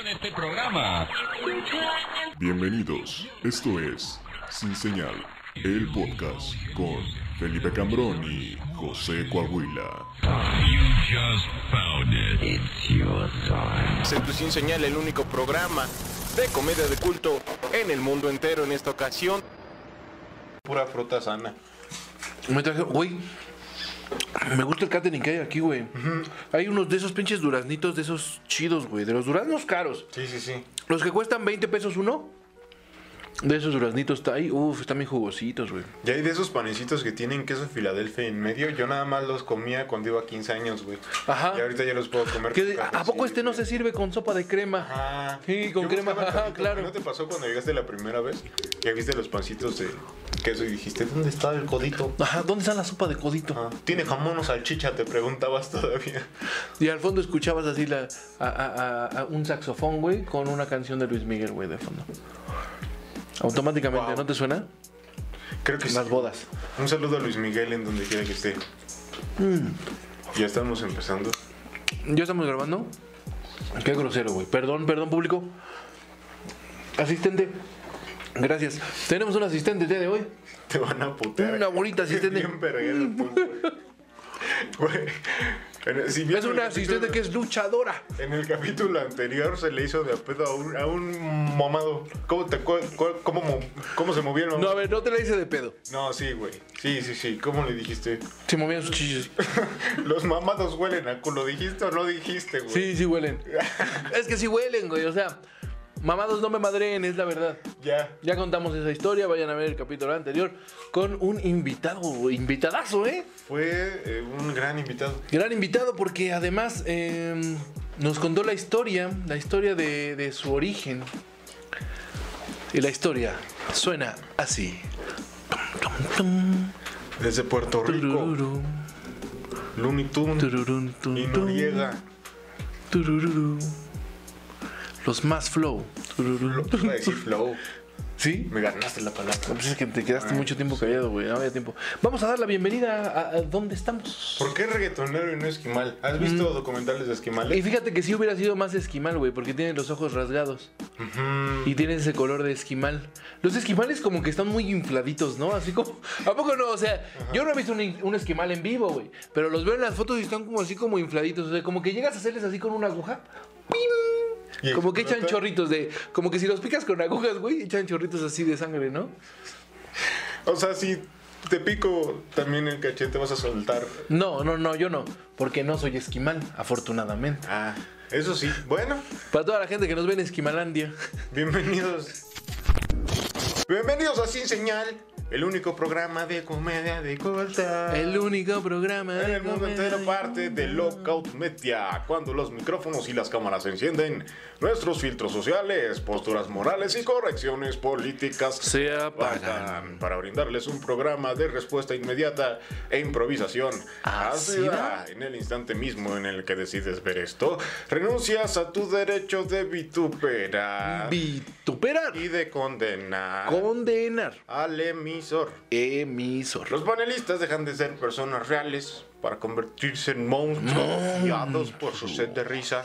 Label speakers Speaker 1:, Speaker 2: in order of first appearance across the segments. Speaker 1: en este programa.
Speaker 2: Bienvenidos, esto es Sin Señal, el podcast con Felipe Cambrón y José Coahuila.
Speaker 3: En tu Sin Señal, el único programa de comedia de culto en el mundo entero en esta ocasión. Pura fruta sana.
Speaker 4: Me traje, güey. Me gusta el catering que hay aquí, güey. Hay unos de esos pinches duraznitos, de esos chidos, güey. De los duraznos caros.
Speaker 3: Sí, sí, sí.
Speaker 4: Los que cuestan 20 pesos uno. De esos duraznitos está ahí. Uf, están bien jugositos, güey.
Speaker 3: Y hay de esos panecitos que tienen queso Filadelfia en medio. Yo nada más los comía cuando iba a 15 años, güey.
Speaker 4: Ajá.
Speaker 3: Y ahorita ya los puedo comer.
Speaker 4: ¿Qué
Speaker 3: con
Speaker 4: de- ¿A
Speaker 3: cafecito,
Speaker 4: poco este no
Speaker 3: güey.
Speaker 4: se sirve con sopa de crema?
Speaker 3: Ah,
Speaker 4: Sí, con
Speaker 3: yo
Speaker 4: crema,
Speaker 3: buscaba
Speaker 4: ajá,
Speaker 3: pancitos.
Speaker 4: claro.
Speaker 3: ¿No te pasó cuando llegaste la primera vez que viste los pancitos de queso y dijiste, ¿dónde está el codito?
Speaker 4: Ajá, ¿dónde está la sopa de codito?
Speaker 3: Ah, ¿Tiene jamón o salchicha? Te preguntabas todavía.
Speaker 4: Y al fondo escuchabas así la, a, a- a- a un saxofón, güey, con una canción de Luis Miguel, güey, de fondo. Automáticamente,
Speaker 3: Wow.
Speaker 4: ¿no te suena?
Speaker 3: Creo que sí.
Speaker 4: Las bodas.
Speaker 3: Un saludo a Luis Miguel en donde quiera que esté.
Speaker 4: Mm.
Speaker 3: Ya estamos empezando.
Speaker 4: ¿Ya estamos grabando? Qué grosero, güey. Perdón, perdón, público. Asistente. Gracias. Tenemos un asistente el día de hoy.
Speaker 3: Te van a putear.
Speaker 4: Una bonita asistente.
Speaker 3: Bien verguero el pulpo, güey. Güey, en el- si bien
Speaker 4: Es
Speaker 3: en el
Speaker 4: una asistente que
Speaker 3: capítulo-
Speaker 4: es luchadora.
Speaker 3: En el capítulo anterior se le hizo de apedo a un, a un mamado. ¿Cómo, te, cu- cu- cómo, mo- cómo se movieron?
Speaker 4: No, a ver, no te la hice de pedo.
Speaker 3: No, sí, güey. Sí, sí, sí. ¿Cómo le dijiste?
Speaker 4: Se movían sus chichis.
Speaker 3: Los mamados huelen a culo. ¿Dijiste o no dijiste, güey?
Speaker 4: Sí, sí huelen. Es que sí huelen, güey. O sea, mamados no me madreen, es la verdad.
Speaker 3: Ya.
Speaker 4: Ya contamos esa historia, vayan a ver el capítulo anterior con un invitado, güey, invitadazo, ¿eh?
Speaker 3: Fue eh, un gran invitado.
Speaker 4: Gran invitado porque además eh, nos contó la historia, la historia de, de su origen. Y la historia suena así. Tum, tum,
Speaker 3: Desde Puerto
Speaker 4: tum,
Speaker 3: Rico.
Speaker 4: tururú,
Speaker 3: Looney Tunes.
Speaker 4: tururún, tum,
Speaker 3: Y
Speaker 4: tum,
Speaker 3: Noriega.
Speaker 4: tururú. Los más flow. tururú.
Speaker 3: Lo iba a decir flow.
Speaker 4: ¿Sí?
Speaker 3: Me ganaste la palabra.
Speaker 4: Pues es que te quedaste mucho tiempo callado, güey. No había tiempo. Vamos a dar la bienvenida a, a donde estamos.
Speaker 3: ¿Por qué reggaetonero y no esquimal? ¿Has
Speaker 4: Mm.
Speaker 3: visto documentales de
Speaker 4: Y
Speaker 3: esquimales?
Speaker 4: fíjate que sí hubiera sido más esquimal, güey, porque tiene los ojos rasgados.
Speaker 3: Ujú.
Speaker 4: Y tienen ese color de esquimal. Los esquimales como que están muy infladitos, ¿no? Así como... ¿A poco no? O sea, yo no he visto un, un esquimal en vivo, güey. Pero los veo en las fotos y están como así como infladitos. O sea, como que llegas a hacerles así con una aguja. ¡pim!
Speaker 3: ¿Y
Speaker 4: Como que echan
Speaker 3: explota?
Speaker 4: chorritos de... Como que si los picas con agujas, güey, echan chorritos así de sangre, ¿no?
Speaker 3: O sea, si te pico también el cachete vas a soltar.
Speaker 4: No, no, no, yo no. Porque no soy esquimal, afortunadamente.
Speaker 3: Ah, eso sí. Bueno,
Speaker 4: Para toda la gente que nos ve en Esquimalandia.
Speaker 3: bienvenidos. Bienvenidos a Sin Señal, el único programa de comedia de corta.
Speaker 4: El único programa...
Speaker 3: Ah. En
Speaker 4: de
Speaker 3: el mundo
Speaker 4: comedia.
Speaker 3: entero parte de Lockout Media, cuando los micrófonos y las cámaras se encienden, nuestros filtros sociales, posturas morales y correcciones políticas
Speaker 4: Se apagan.
Speaker 3: bajan para brindarles un programa de respuesta inmediata e improvisación
Speaker 4: Ah, ¿Ácida?
Speaker 3: ácida en el instante mismo en el que decides ver esto. Renuncias a tu derecho de vituperar
Speaker 4: Vituperar.
Speaker 3: y de condenar
Speaker 4: Condenar.
Speaker 3: al emisor.
Speaker 4: Emisor.
Speaker 3: Los panelistas dejan de ser personas reales para convertirse en monstruos
Speaker 4: Monstruos.
Speaker 3: guiados por su sed de risa.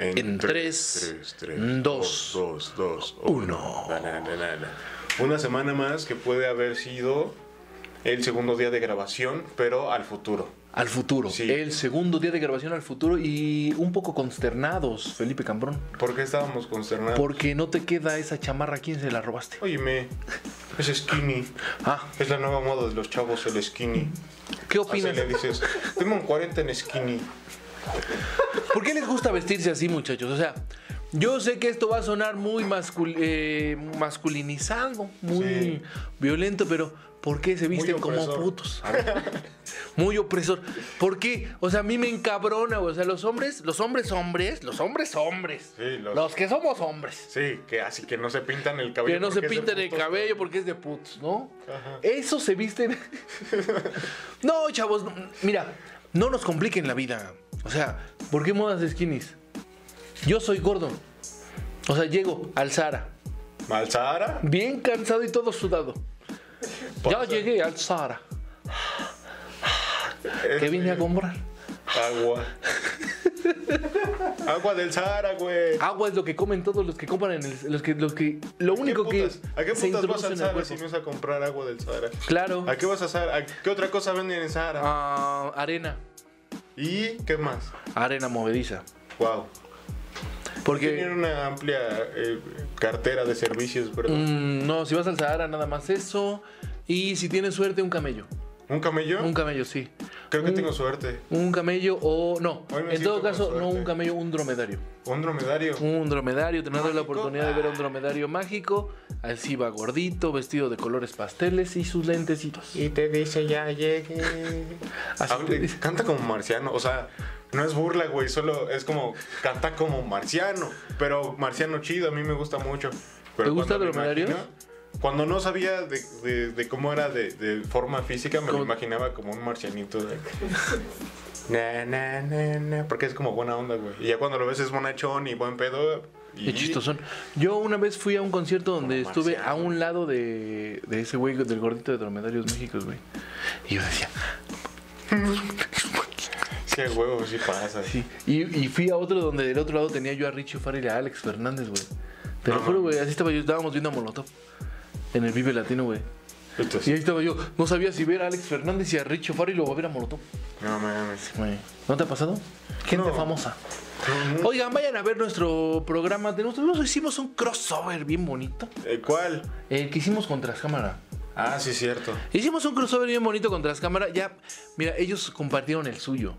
Speaker 4: En tres, dos,
Speaker 3: dos, dos,
Speaker 4: uno.
Speaker 3: Na, na, na, na, na. Una semana más que puede haber sido el segundo día de grabación, pero al futuro.
Speaker 4: Al futuro.
Speaker 3: Sí.
Speaker 4: El segundo día de grabación al futuro y un poco consternados, Felipe Cambrón.
Speaker 3: ¿Por qué estábamos consternados?
Speaker 4: Porque no te queda esa chamarra. ¿Quién se la robaste?
Speaker 3: Óyeme, es skinny.
Speaker 4: Ah,
Speaker 3: Es la nueva moda de los chavos, el skinny.
Speaker 4: ¿qué
Speaker 3: Así
Speaker 4: opinas?
Speaker 3: le dices, tengo un 40 en skinny.
Speaker 4: ¿Por qué les gusta vestirse así, muchachos? O sea, yo sé que esto va a sonar muy mascul- eh, masculinizado, muy
Speaker 3: Sí.
Speaker 4: violento, pero ¿por qué se visten como
Speaker 3: opresor. Ah,
Speaker 4: putos? Muy opresor. ¿Por qué? O sea, a mí me encabrona, güey. O sea, los hombres, los hombres hombres, los hombres hombres.
Speaker 3: Sí, los-
Speaker 4: los... que somos hombres.
Speaker 3: Sí, que así que no se pintan el cabello.
Speaker 4: Que no se
Speaker 3: porque es de
Speaker 4: pintan el
Speaker 3: putos.
Speaker 4: cabello porque es de putos, ¿no?
Speaker 3: Ajá.
Speaker 4: Eso se visten. no, chavos, no. mira, no nos compliquen la vida. O sea, ¿por qué modas de skinnies? Yo soy gordo. O sea, llego al Zara,
Speaker 3: ¿Al Sahara?
Speaker 4: bien cansado y todo sudado. Ya llegué al Zara,
Speaker 3: Es
Speaker 4: que vine a comprar.
Speaker 3: Agua. Agua del Sahara, güey.
Speaker 4: Agua es lo que comen todos los que compran en el, los que, los que, lo
Speaker 3: ¿Qué
Speaker 4: único que
Speaker 3: putas- ¿A qué
Speaker 4: se
Speaker 3: putas vas
Speaker 4: introduce en
Speaker 3: al
Speaker 4: el
Speaker 3: Sahara si
Speaker 4: cuerpo.
Speaker 3: no es a comprar agua del Sahara?
Speaker 4: Claro.
Speaker 3: ¿A qué vas a Sahara? ¿A ¿Qué otra cosa venden en Sahara?
Speaker 4: Ah, arena.
Speaker 3: ¿Y qué más?
Speaker 4: Arena movediza.
Speaker 3: Wow. Tienen
Speaker 4: Porque
Speaker 3: una amplia eh, cartera de servicios, ¿verdad?
Speaker 4: mm, no, si vas al Sahara nada más eso y si tienes suerte un camello.
Speaker 3: ¿Un camello?
Speaker 4: Un Mm. camello, sí.
Speaker 3: Creo que
Speaker 4: un-
Speaker 3: tengo suerte.
Speaker 4: Un camello o no,
Speaker 3: Hoy me
Speaker 4: en todo
Speaker 3: siento con
Speaker 4: caso no
Speaker 3: suerte.
Speaker 4: un camello, un dromedario.
Speaker 3: Un dromedario.
Speaker 4: Un dromedario, teniendo la
Speaker 3: Mágico.
Speaker 4: oportunidad de ver a un dromedario mágico, así va gordito, vestido de colores pasteles y sus lentecitos.
Speaker 3: Y te dice, ya llegué.
Speaker 4: Así
Speaker 3: Habla-
Speaker 4: te dice.
Speaker 3: Canta como marciano, o sea, no es burla, güey, solo es como, canta como marciano, pero marciano chido, a mí me gusta mucho. Pero
Speaker 4: ¿Te gusta
Speaker 3: cuando me
Speaker 4: Dromedarios?
Speaker 3: imagino- Cuando no sabía de, de- de cómo era de, de forma física, me lo
Speaker 4: ¿Cómo?
Speaker 3: imaginaba como un marcianito. de- na, na, na, na, porque es como buena onda, güey. Y ya cuando lo ves es bonachón y buen pedo. Y,
Speaker 4: Qué chistosón. Yo una vez fui a un concierto donde
Speaker 3: Como
Speaker 4: estuve a
Speaker 3: marciano.
Speaker 4: un lado de, de ese güey, del gordito de Dromedarios Méxicos, güey. Y yo decía,
Speaker 3: Sí, a huevo, sí pasa.
Speaker 4: sí. Y, y fui a otro donde del otro lado tenía yo a Richie Farrell y a Alex Fernández, güey. Te lo
Speaker 3: No
Speaker 4: juro, güey.
Speaker 3: mames.
Speaker 4: Así estaba yo, estábamos viendo a Molotov en el Vive Latino, güey.
Speaker 3: Entonces,
Speaker 4: Y ahí estaba yo, no sabía si ver a Alex Fernández y a Richie Farrell o a ver a Molotov.
Speaker 3: No mames.
Speaker 4: Güey, ¿No te ha pasado? Gente
Speaker 3: No.
Speaker 4: famosa. Oigan, vayan a ver nuestro programa. Tenemos- Nosotros hicimos un crossover bien bonito.
Speaker 3: Eh, ¿Cuál?
Speaker 4: El que hicimos con Trascámara.
Speaker 3: Ah, sí, cierto.
Speaker 4: Hicimos un crossover bien bonito con Trascámara. Ya, mira, ellos compartieron el suyo.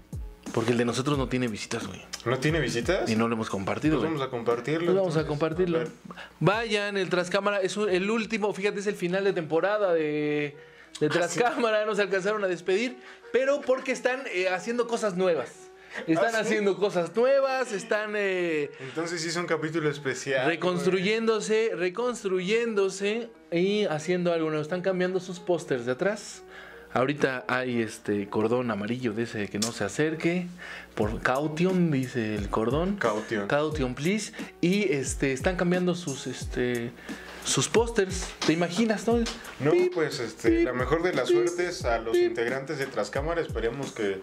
Speaker 4: Porque el de nosotros no tiene visitas, güey.
Speaker 3: ¿No tiene visitas?
Speaker 4: Y no lo hemos compartido,
Speaker 3: Pues
Speaker 4: güey.
Speaker 3: vamos a compartirlo.
Speaker 4: Pues vamos a
Speaker 3: entonces.
Speaker 4: compartirlo.
Speaker 3: A ver.
Speaker 4: Vayan, el Trascámara es un- el último, fíjate, es el final de temporada de,
Speaker 3: Ah,
Speaker 4: de Trascámara. Nos alcanzaron a despedir, pero porque están eh, haciendo cosas nuevas. Están
Speaker 3: ¿Ah, sí?
Speaker 4: haciendo cosas nuevas, están eh,
Speaker 3: Entonces hice un capítulo especial.
Speaker 4: reconstruyéndose, reconstruyéndose y haciendo algo nuevo. Están cambiando sus pósters de atrás. Ahorita hay este cordón amarillo, dice que no se acerque. Por caution, dice el cordón.
Speaker 3: güey. Caution.
Speaker 4: Caution, please. Y este, están cambiando sus este sus pósters. ¿Te imaginas, no?
Speaker 3: No,
Speaker 4: Pip.
Speaker 3: pues este, la mejor de las suertes a los integrantes de Trascámara. Esperemos que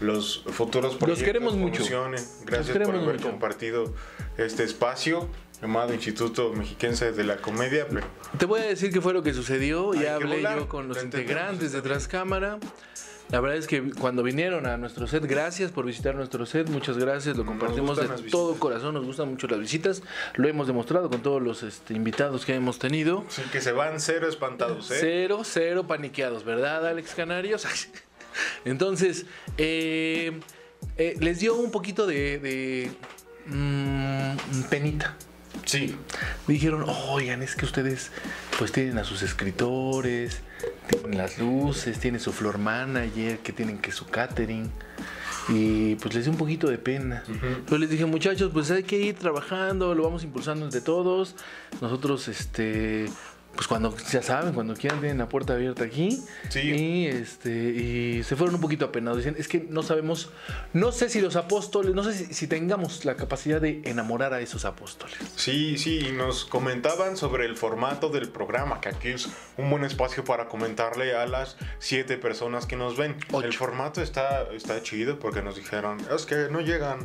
Speaker 3: los futuros proyectos
Speaker 4: queremos mucho.
Speaker 3: funcionen. Gracias
Speaker 4: queremos
Speaker 3: por haber
Speaker 4: mucho.
Speaker 3: compartido este espacio llamado Instituto Mexiquense de la Comedia. Pero
Speaker 4: Te voy a decir qué fue lo que sucedió.
Speaker 3: Hay que
Speaker 4: ya hablé
Speaker 3: volar.
Speaker 4: yo con los
Speaker 3: Lo entendemos,
Speaker 4: integrantes de
Speaker 3: está bien.
Speaker 4: Trascámara. La verdad es que cuando vinieron a nuestro set, gracias por visitar nuestro set, muchas gracias, lo
Speaker 3: Nos
Speaker 4: compartimos de
Speaker 3: gustan las
Speaker 4: todo
Speaker 3: visitas.
Speaker 4: corazón, nos gustan mucho las visitas, lo hemos demostrado con todos los este, invitados que hemos tenido.
Speaker 3: sí que se van cero espantados, ¿eh?
Speaker 4: Cero, cero paniqueados, ¿verdad, Alex Canarios? Entonces, eh, eh, les dio un poquito de, de, mm, penita.
Speaker 3: Sí.
Speaker 4: Dijeron, oigan, es que ustedes pues tienen a sus escritores, tienen las luces, tienen su floor manager, que tienen que su catering. Y pues les dio un poquito de pena. Yo les dije, muchachos, pues hay que ir trabajando, lo vamos impulsando entre todos. Nosotros, este, pues cuando, ya saben, cuando quieran tienen la puerta abierta aquí.
Speaker 3: Sí.
Speaker 4: Y, este, y se fueron un poquito apenados. Dicen, es que no sabemos, no sé si los apóstoles, no sé si- si tengamos la capacidad de enamorar a esos apóstoles.
Speaker 3: Sí, sí, y nos comentaban sobre el formato del programa, que aquí es un buen espacio para comentarle a las siete personas que nos ven.
Speaker 4: Ocho.
Speaker 3: El formato está, está chido porque nos dijeron, es que no llegan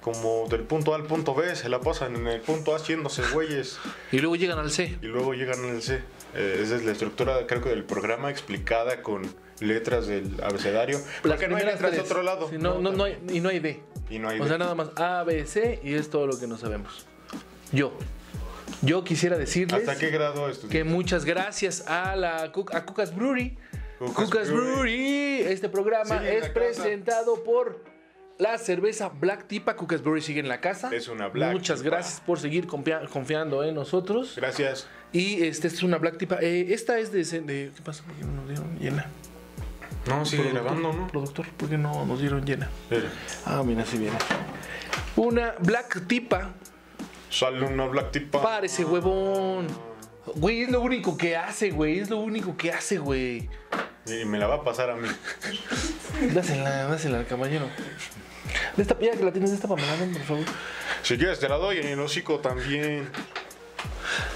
Speaker 3: como del punto A al punto B, se la pasan en el punto A haciéndose güeyes
Speaker 4: Y luego llegan al C.
Speaker 3: y luego llegan al C. Eh, esa es la estructura, creo que del programa explicada con letras del abecedario. Porque no hay
Speaker 4: primeras
Speaker 3: letras de
Speaker 4: tres.
Speaker 3: otro lado.
Speaker 4: Sí, no, no, no hay, y no hay D.
Speaker 3: Y no hay
Speaker 4: o
Speaker 3: D.
Speaker 4: sea, nada más A, B, C y es todo lo que no sabemos. Yo. Yo quisiera decirles
Speaker 3: ¿Hasta qué grado estudiaste?
Speaker 4: que muchas gracias a la Cu- a Cucas Brewery.
Speaker 3: Cucas
Speaker 4: Cucas Brewery. Este programa
Speaker 3: Sigue en
Speaker 4: es
Speaker 3: la casa.
Speaker 4: presentado por la cerveza Black Tipa. Cucas Brewery sigue en la casa.
Speaker 3: Es una Black
Speaker 4: Muchas
Speaker 3: Tipa.
Speaker 4: gracias por seguir confia- confiando en nosotros.
Speaker 3: Gracias.
Speaker 4: Y este es una Black Tipa. Eh, esta es de, de- ¿Qué pasa? ¿Por qué no nos dieron llena?
Speaker 3: No, sigue
Speaker 4: Productor,
Speaker 3: grabando, ¿no?
Speaker 4: Productor, ¿por qué no nos dieron llena?
Speaker 3: Eh,
Speaker 4: Ah, mira, si viene. Una black tipa.
Speaker 3: Sale una black tipa.
Speaker 4: Parece huevón. Güey, es lo único que hace, güey. Es lo único que hace, güey.
Speaker 3: Y me la va a pasar a mí.
Speaker 4: Dásela, dásela al caballero. De esta, ya que la tienes, de esta para por favor.
Speaker 3: Si quieres te la doy en el hocico también.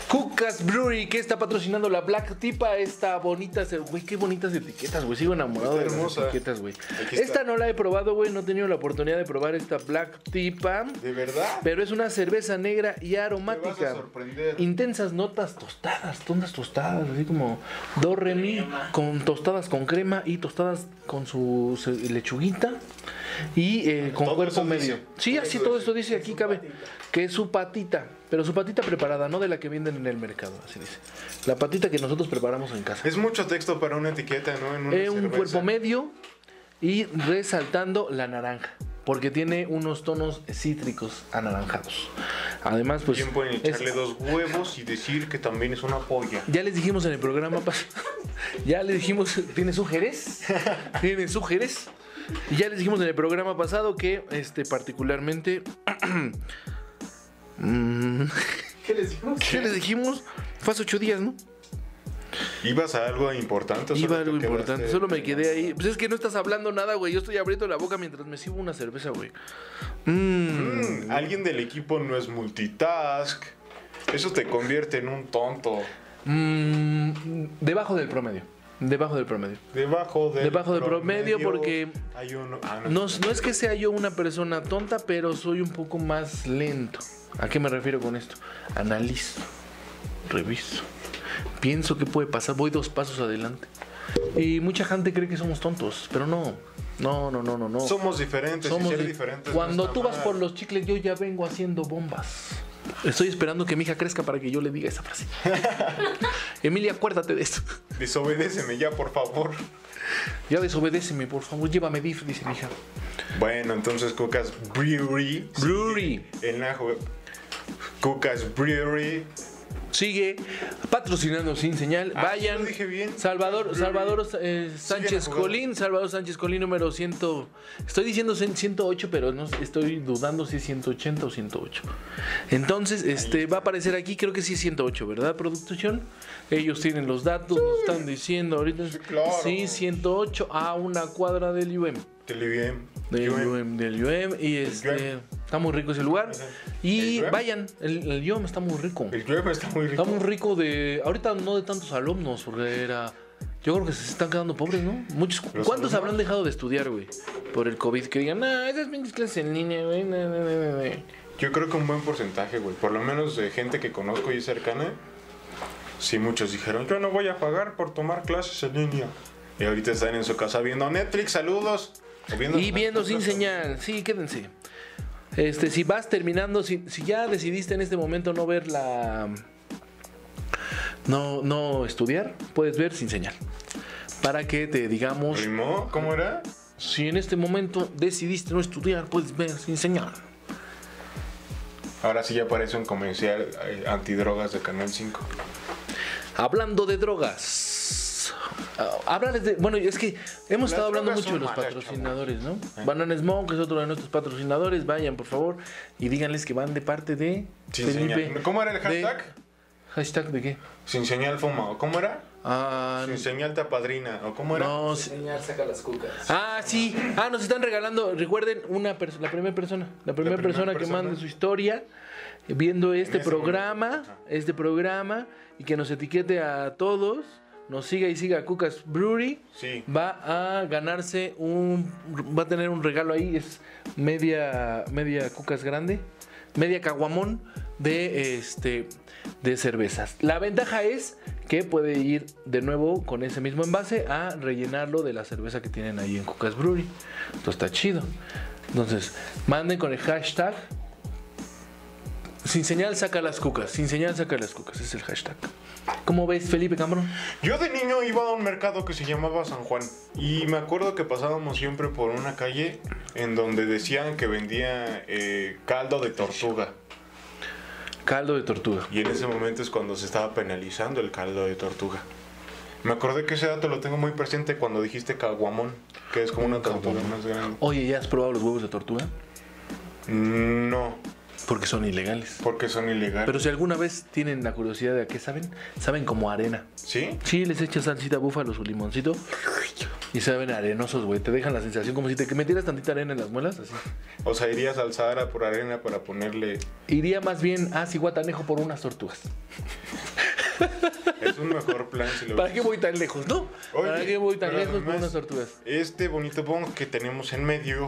Speaker 4: Cucas Brewery, que está patrocinando la Black Tipa, esta bonita, ce- güey, qué bonitas etiquetas, güey, sigo enamorado
Speaker 3: Está
Speaker 4: de las
Speaker 3: hermosa.
Speaker 4: etiquetas, güey.
Speaker 3: Aquí está.
Speaker 4: Esta no la he probado, güey, no he tenido la oportunidad de probar esta Black Tipa.
Speaker 3: ¿De verdad?
Speaker 4: Pero es una cerveza negra y aromática.
Speaker 3: Te vas a sorprender.
Speaker 4: Intensas notas tostadas, tontas tostadas, así como do re mi, con tostadas con crema y tostadas con su se- lechuguita y eh, con
Speaker 3: Todo
Speaker 4: cuerpo
Speaker 3: eso
Speaker 4: medio.
Speaker 3: dice.
Speaker 4: Sí,
Speaker 3: Todo
Speaker 4: así
Speaker 3: eso
Speaker 4: todo
Speaker 3: dice.
Speaker 4: esto dice aquí cabe que es su patita, pero su patita preparada, no de la que venden en el mercado, así dice. La patita que nosotros preparamos en casa.
Speaker 3: Es mucho texto para una etiqueta, ¿no? En una
Speaker 4: Eh, un
Speaker 3: cerveza.
Speaker 4: cuerpo medio y resaltando la naranja. Porque tiene unos tonos cítricos anaranjados. Además, pues.
Speaker 3: Bien pueden
Speaker 4: es-
Speaker 3: echarle dos huevos y decir que también es una polla.
Speaker 4: ya les dijimos en el programa, pas- ya les dijimos, ¿tienes un Jerez? ¿Tienes un Jerez? Y ya les dijimos en el programa pasado que, este, particularmente. mm,
Speaker 1: ¿Qué les dijimos?
Speaker 4: ¿Qué les dijimos? Fue hace ocho días, ¿no?
Speaker 3: ¿Ibas a algo importante? o solo
Speaker 4: Iba
Speaker 3: te
Speaker 4: algo
Speaker 3: quedaste
Speaker 4: importante, solo me quedé ahí. Pues es que no estás hablando nada, güey. Yo estoy abriendo la boca mientras me sirvo una cerveza, güey. Mmm.
Speaker 3: Mm, Alguien del equipo no es multitask. Eso te convierte en un tonto.
Speaker 4: Mm, debajo del promedio. Debajo del promedio.
Speaker 3: Debajo del
Speaker 4: Debajo del promedio, porque
Speaker 3: hay uno- ah, no.
Speaker 4: No, no es que sea yo una persona tonta, pero soy un poco más lento. ¿A qué me refiero con esto? Analizo, reviso, pienso qué puede pasar, voy dos pasos adelante. Y mucha gente cree que somos tontos, pero no. No, no, no, no, no.
Speaker 3: Somos diferentes.
Speaker 4: Somos
Speaker 3: y ser
Speaker 4: di-
Speaker 3: diferentes no
Speaker 4: Cuando
Speaker 3: está
Speaker 4: tú vas
Speaker 3: mal.
Speaker 4: por los chicles, yo ya vengo haciendo bombas. Estoy esperando que mi hija crezca para que yo le diga esa frase. Emilia, acuérdate de esto.
Speaker 3: Desobedéceme ya, por favor.
Speaker 4: Ya desobedéceme, por favor, llévame DIF, dice mi hija.
Speaker 3: Bueno, entonces Cucas Brewery.
Speaker 4: Brewery.
Speaker 3: En la ju- Cucas Brewery.
Speaker 4: Sigue patrocinando sin señal.
Speaker 3: Ah,
Speaker 4: Vayan.
Speaker 3: sí lo dije bien.
Speaker 4: Salvador,
Speaker 3: Brewery.
Speaker 4: Salvador eh, Sánchez
Speaker 3: jugando.
Speaker 4: Colín, Salvador Sánchez Colín número 100. Estoy diciendo 100 108, pero no estoy dudando si es 180 o 108. Entonces, este va a aparecer aquí, creo que sí es 108, ¿verdad? Producción. Ellos tienen los datos, nos están diciendo ahorita. Sí,
Speaker 3: claro.
Speaker 4: 108 a una cuadra del UM.
Speaker 3: Televiem.
Speaker 4: Del
Speaker 3: Yuen.
Speaker 4: UM, del UM, y este
Speaker 3: UM.
Speaker 4: está muy rico ese lugar. Y
Speaker 3: ¿El UM?
Speaker 4: vayan, el, el UM está muy rico.
Speaker 3: El Yuen está muy rico.
Speaker 4: Está muy rico de. Ahorita no de tantos alumnos, porque era. Yo creo que se están quedando pobres, ¿no? Muchos,
Speaker 3: ¿Los
Speaker 4: ¿Cuántos
Speaker 3: alumnos?
Speaker 4: habrán dejado de estudiar, güey? Por el COVID, que digan, ah, esas pinches clases en línea, güey. no, no, no, no, no".
Speaker 3: Yo creo que un buen porcentaje, güey. Por lo menos de gente que conozco y es cercana. Sí, muchos dijeron, yo no voy a pagar por tomar clases en línea. Y ahorita están en su casa viendo Netflix, saludos. o viendo-
Speaker 4: Y viendo sin señal, sí, quédense. Este, si vas terminando, si, si ya decidiste en este momento no ver la. No, no estudiar, puedes ver sin señal. Para que te digamos,
Speaker 3: ¿Rimó? ¿Cómo era?
Speaker 4: si en este momento decidiste no estudiar, puedes ver sin señal.
Speaker 3: Ahora sí ya aparece un comercial eh, antidrogas de Canal 5.
Speaker 4: Hablando de drogas. Ah, Háblales de. Bueno, es que hemos
Speaker 3: Las
Speaker 4: estado hablando
Speaker 3: drogas
Speaker 4: mucho de
Speaker 3: son
Speaker 4: los
Speaker 3: malas,
Speaker 4: patrocinadores, ¿no? Banana Smoke es otro de nuestros patrocinadores. Vayan, por favor, y díganles que van de parte de.
Speaker 3: Sin señal. ¿Cómo era el
Speaker 4: de-
Speaker 3: hashtag?
Speaker 4: ¿Hashtag de qué?
Speaker 3: Sin señal fuma. ¿O cómo era?
Speaker 4: Ah,
Speaker 3: Sin señal te apadrina. ¿O cómo era?
Speaker 4: no. sí.
Speaker 1: Enseñar, saca las cucas.
Speaker 4: Ah, sí. Ah, nos están regalando. Recuerden, una perso- la primera persona. La primera
Speaker 3: primera
Speaker 4: persona, que
Speaker 3: persona.
Speaker 4: mande su historia viendo este
Speaker 3: ese
Speaker 4: programa.
Speaker 3: momento. Ajá.
Speaker 4: Este programa. Y que nos etiquete a todos. Nos siga y siga a Cucas Brewery.
Speaker 3: Sí.
Speaker 4: va a ganarse un va a tener un regalo ahí es media media cucas grande media caguamón de este de cervezas la ventaja es que puede ir de nuevo con ese mismo envase a rellenarlo de la cerveza que tienen ahí en Cucas Brewery entonces está chido entonces manden con el hashtag sin señal saca las cucas sin señal saca las cucas ese es el hashtag ¿Cómo ves Felipe Cambrón?
Speaker 3: Yo de niño iba a un mercado que se llamaba San Juan y me acuerdo que pasábamos siempre por una calle en donde decían que vendía eh, caldo de tortuga
Speaker 4: Caldo de tortuga.
Speaker 3: y en ese momento es cuando se estaba penalizando el caldo de tortuga. Me acordé que ese dato lo tengo muy presente cuando dijiste caguamón, que es como una tortuga más grande.
Speaker 4: Oye, ¿ya has probado los huevos de tortuga?
Speaker 3: No,
Speaker 4: Porque son ilegales.
Speaker 3: porque son ilegales.
Speaker 4: Pero si alguna vez tienen la curiosidad de a qué saben, saben como arena.
Speaker 3: ¿Sí?
Speaker 4: Sí, les echas salsita búfalo, su limoncito. Y saben arenosos, güey. Te dejan la sensación como si te metieras tantita arena en las muelas. Así.
Speaker 3: O sea, irías al Sahara por arena para ponerle.
Speaker 4: Iría más bien a Cihuatanejo por unas tortugas.
Speaker 3: Es un mejor plan si lo
Speaker 4: ¿Para
Speaker 3: ves.
Speaker 4: qué voy tan lejos, no?
Speaker 3: Oye,
Speaker 4: ¿Para qué voy tan
Speaker 3: pero
Speaker 4: lejos por
Speaker 3: además,
Speaker 4: unas tortugas?
Speaker 3: Este bonito bong que tenemos en medio,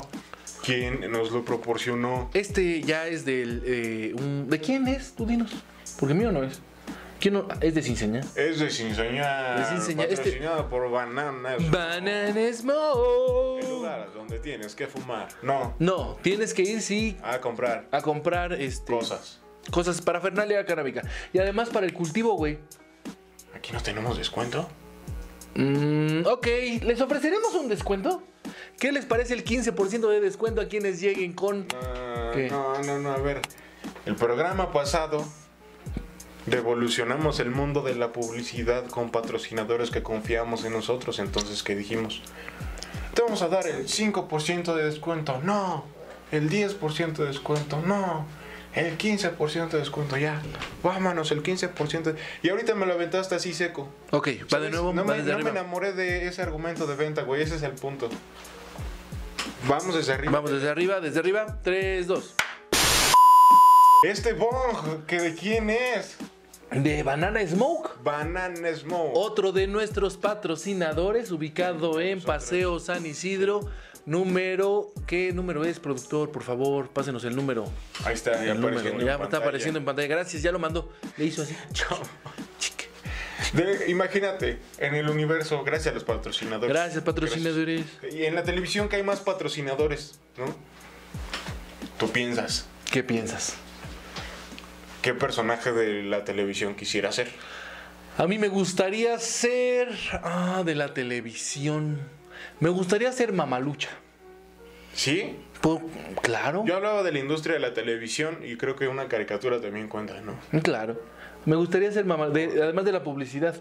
Speaker 3: quien nos lo proporcionó.
Speaker 4: Este ya es del. eh, un- ¿De quién es? Tú dinos. Porque mío no es. ¿Quién no? Es de Cinseña.
Speaker 3: Es de Sinseñal.
Speaker 4: De Sinseñal, este-
Speaker 3: Patrocinado por Bananas.
Speaker 4: Banana
Speaker 3: El
Speaker 4: Smoke.
Speaker 3: lugar donde tienes que fumar. No,
Speaker 4: No, tienes que ir, sí,
Speaker 3: a comprar
Speaker 4: a comprar este,
Speaker 3: cosas.
Speaker 4: cosas para Fernalia Canábica. Y además para el cultivo, güey.
Speaker 3: Aquí no tenemos descuento.
Speaker 4: Mm, ok, ¿les ofreceremos un descuento? ¿Qué les parece el 15% de descuento a quienes lleguen con...
Speaker 3: Ah,
Speaker 4: ¿Qué?
Speaker 3: No, no, no, a ver. El programa pasado revolucionamos el mundo de la publicidad con patrocinadores que confiamos en nosotros. Entonces, ¿qué dijimos? Te vamos a dar el 5% de descuento. No. El 10% de descuento. No. El 15% de descuento. Ya. Vámonos, el 15%. Y ahorita me lo aventaste así seco.
Speaker 4: Ok, va de
Speaker 3: ¿Sabes?
Speaker 4: nuevo,
Speaker 3: No,
Speaker 4: va
Speaker 3: me,
Speaker 4: desde
Speaker 3: no me
Speaker 4: arriba.
Speaker 3: enamoré de ese argumento de venta, güey. Ese es el punto. Vamos desde arriba.
Speaker 4: Vamos desde arriba, desde arriba. 3, 2.
Speaker 3: Este bong, que de quién es?
Speaker 4: De Banana Smoke.
Speaker 3: Banana Smoke.
Speaker 4: Otro de nuestros patrocinadores ubicado en Paseo San Isidro. Número... ¿Qué número es, productor? Por favor, pásenos el número.
Speaker 3: Ahí está, ya
Speaker 4: El número,
Speaker 3: apareciendo.
Speaker 4: ya
Speaker 3: en
Speaker 4: está
Speaker 3: pantalla.
Speaker 4: apareciendo en pantalla. Gracias, ya lo mandó. Le hizo así. Chic.
Speaker 3: De- imagínate, en el universo, gracias a los patrocinadores.
Speaker 4: Gracias, patrocinadores.
Speaker 3: Gracias. Y en la televisión que hay más patrocinadores, ¿no? Tú piensas,
Speaker 4: ¿Qué piensas?
Speaker 3: ¿qué personaje de la televisión quisiera ser?
Speaker 4: A mí me gustaría ser. Ah, de la televisión. Me gustaría ser mamalucha.
Speaker 3: ¿Sí?
Speaker 4: Por- claro.
Speaker 3: Yo hablaba de la industria de la televisión y creo que una caricatura también cuenta, ¿no?
Speaker 4: Claro. Me gustaría ser mamalucha. además de la publicidad.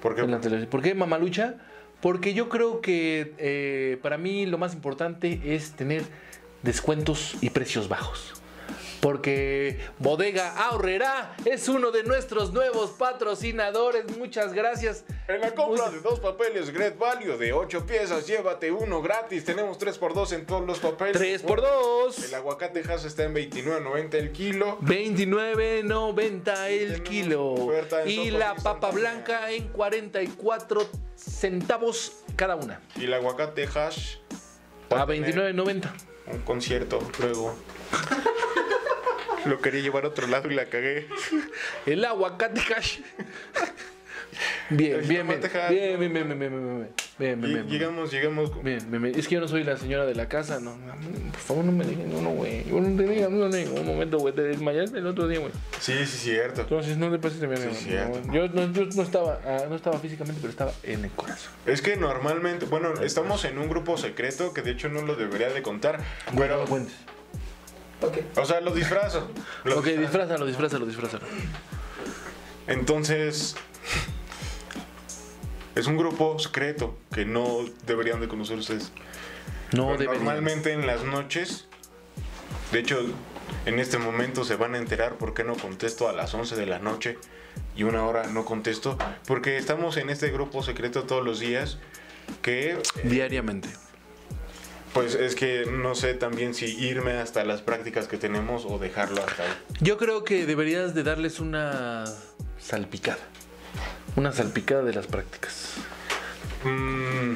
Speaker 3: Porque
Speaker 4: en la televisión. ¿Por qué mamalucha? Porque yo creo que eh, para mí lo más importante es tener descuentos y precios bajos. Porque Bodega Ahorrera es uno de nuestros nuevos patrocinadores. Muchas gracias.
Speaker 3: En la compra
Speaker 4: Muchas-
Speaker 3: de dos papeles Great Value de ocho piezas, llévate uno gratis. Tenemos 3x2 en todos los papeles.
Speaker 4: 3 por
Speaker 3: El
Speaker 4: 2
Speaker 3: aguacate Hass está en 29.90 el kilo.
Speaker 4: 29.90
Speaker 3: Tenemos
Speaker 4: el kilo.
Speaker 3: oferta en
Speaker 4: Y
Speaker 3: sopas
Speaker 4: la papa
Speaker 3: instantáneas.
Speaker 4: blanca en 44 centavos cada una.
Speaker 3: Y el aguacate Hash. va
Speaker 4: A
Speaker 3: tener
Speaker 4: 29.90.
Speaker 3: Un concierto luego. Lo quería llevar a otro lado y la cagué.
Speaker 4: El aguacate cash. Bien,
Speaker 3: El
Speaker 4: bien, bien,
Speaker 3: jitomate hash.
Speaker 4: bien, bien, bien, bien, bien, bien, bien, bien,
Speaker 3: Y
Speaker 4: bien, bien, bien,
Speaker 3: llegamos, llegamos. con-
Speaker 4: bien, bien, bien. Es que yo no soy la señora de la casa, no, por favor no me digan uno, güey, yo no te digan uno, en un momento, güey, te desmayaste el otro día, güey,
Speaker 3: Sí, sí, cierto.
Speaker 4: entonces no le pases de verga, güey.
Speaker 3: Sí, cierto.
Speaker 4: No, yo, no, yo no estaba, ah, no estaba físicamente, pero estaba en el corazón,
Speaker 3: Es que normalmente, bueno, estamos en un grupo secreto que de hecho no lo debería de contar.
Speaker 4: no
Speaker 3: Pero,
Speaker 4: lo cuentes,
Speaker 1: Ok.
Speaker 3: o sea, lo disfrazo. Lo
Speaker 4: ok, disfrázalo, disfrázalo, disfrázalo,
Speaker 3: Entonces, es un grupo secreto que no deberían de conocer ustedes.
Speaker 4: no
Speaker 3: Pero
Speaker 4: debería.
Speaker 3: Pues, Normalmente en las noches, de hecho, en este momento se van a enterar por qué no contesto a las 11 de la noche y una hora no contesto, porque estamos en este grupo secreto todos los días que
Speaker 4: diariamente,
Speaker 3: pues es que no sé también si irme hasta las prácticas que tenemos o dejarlo hasta ahí.
Speaker 4: yo creo que deberías de darles una salpicada, una salpicada de las prácticas.
Speaker 3: Mm,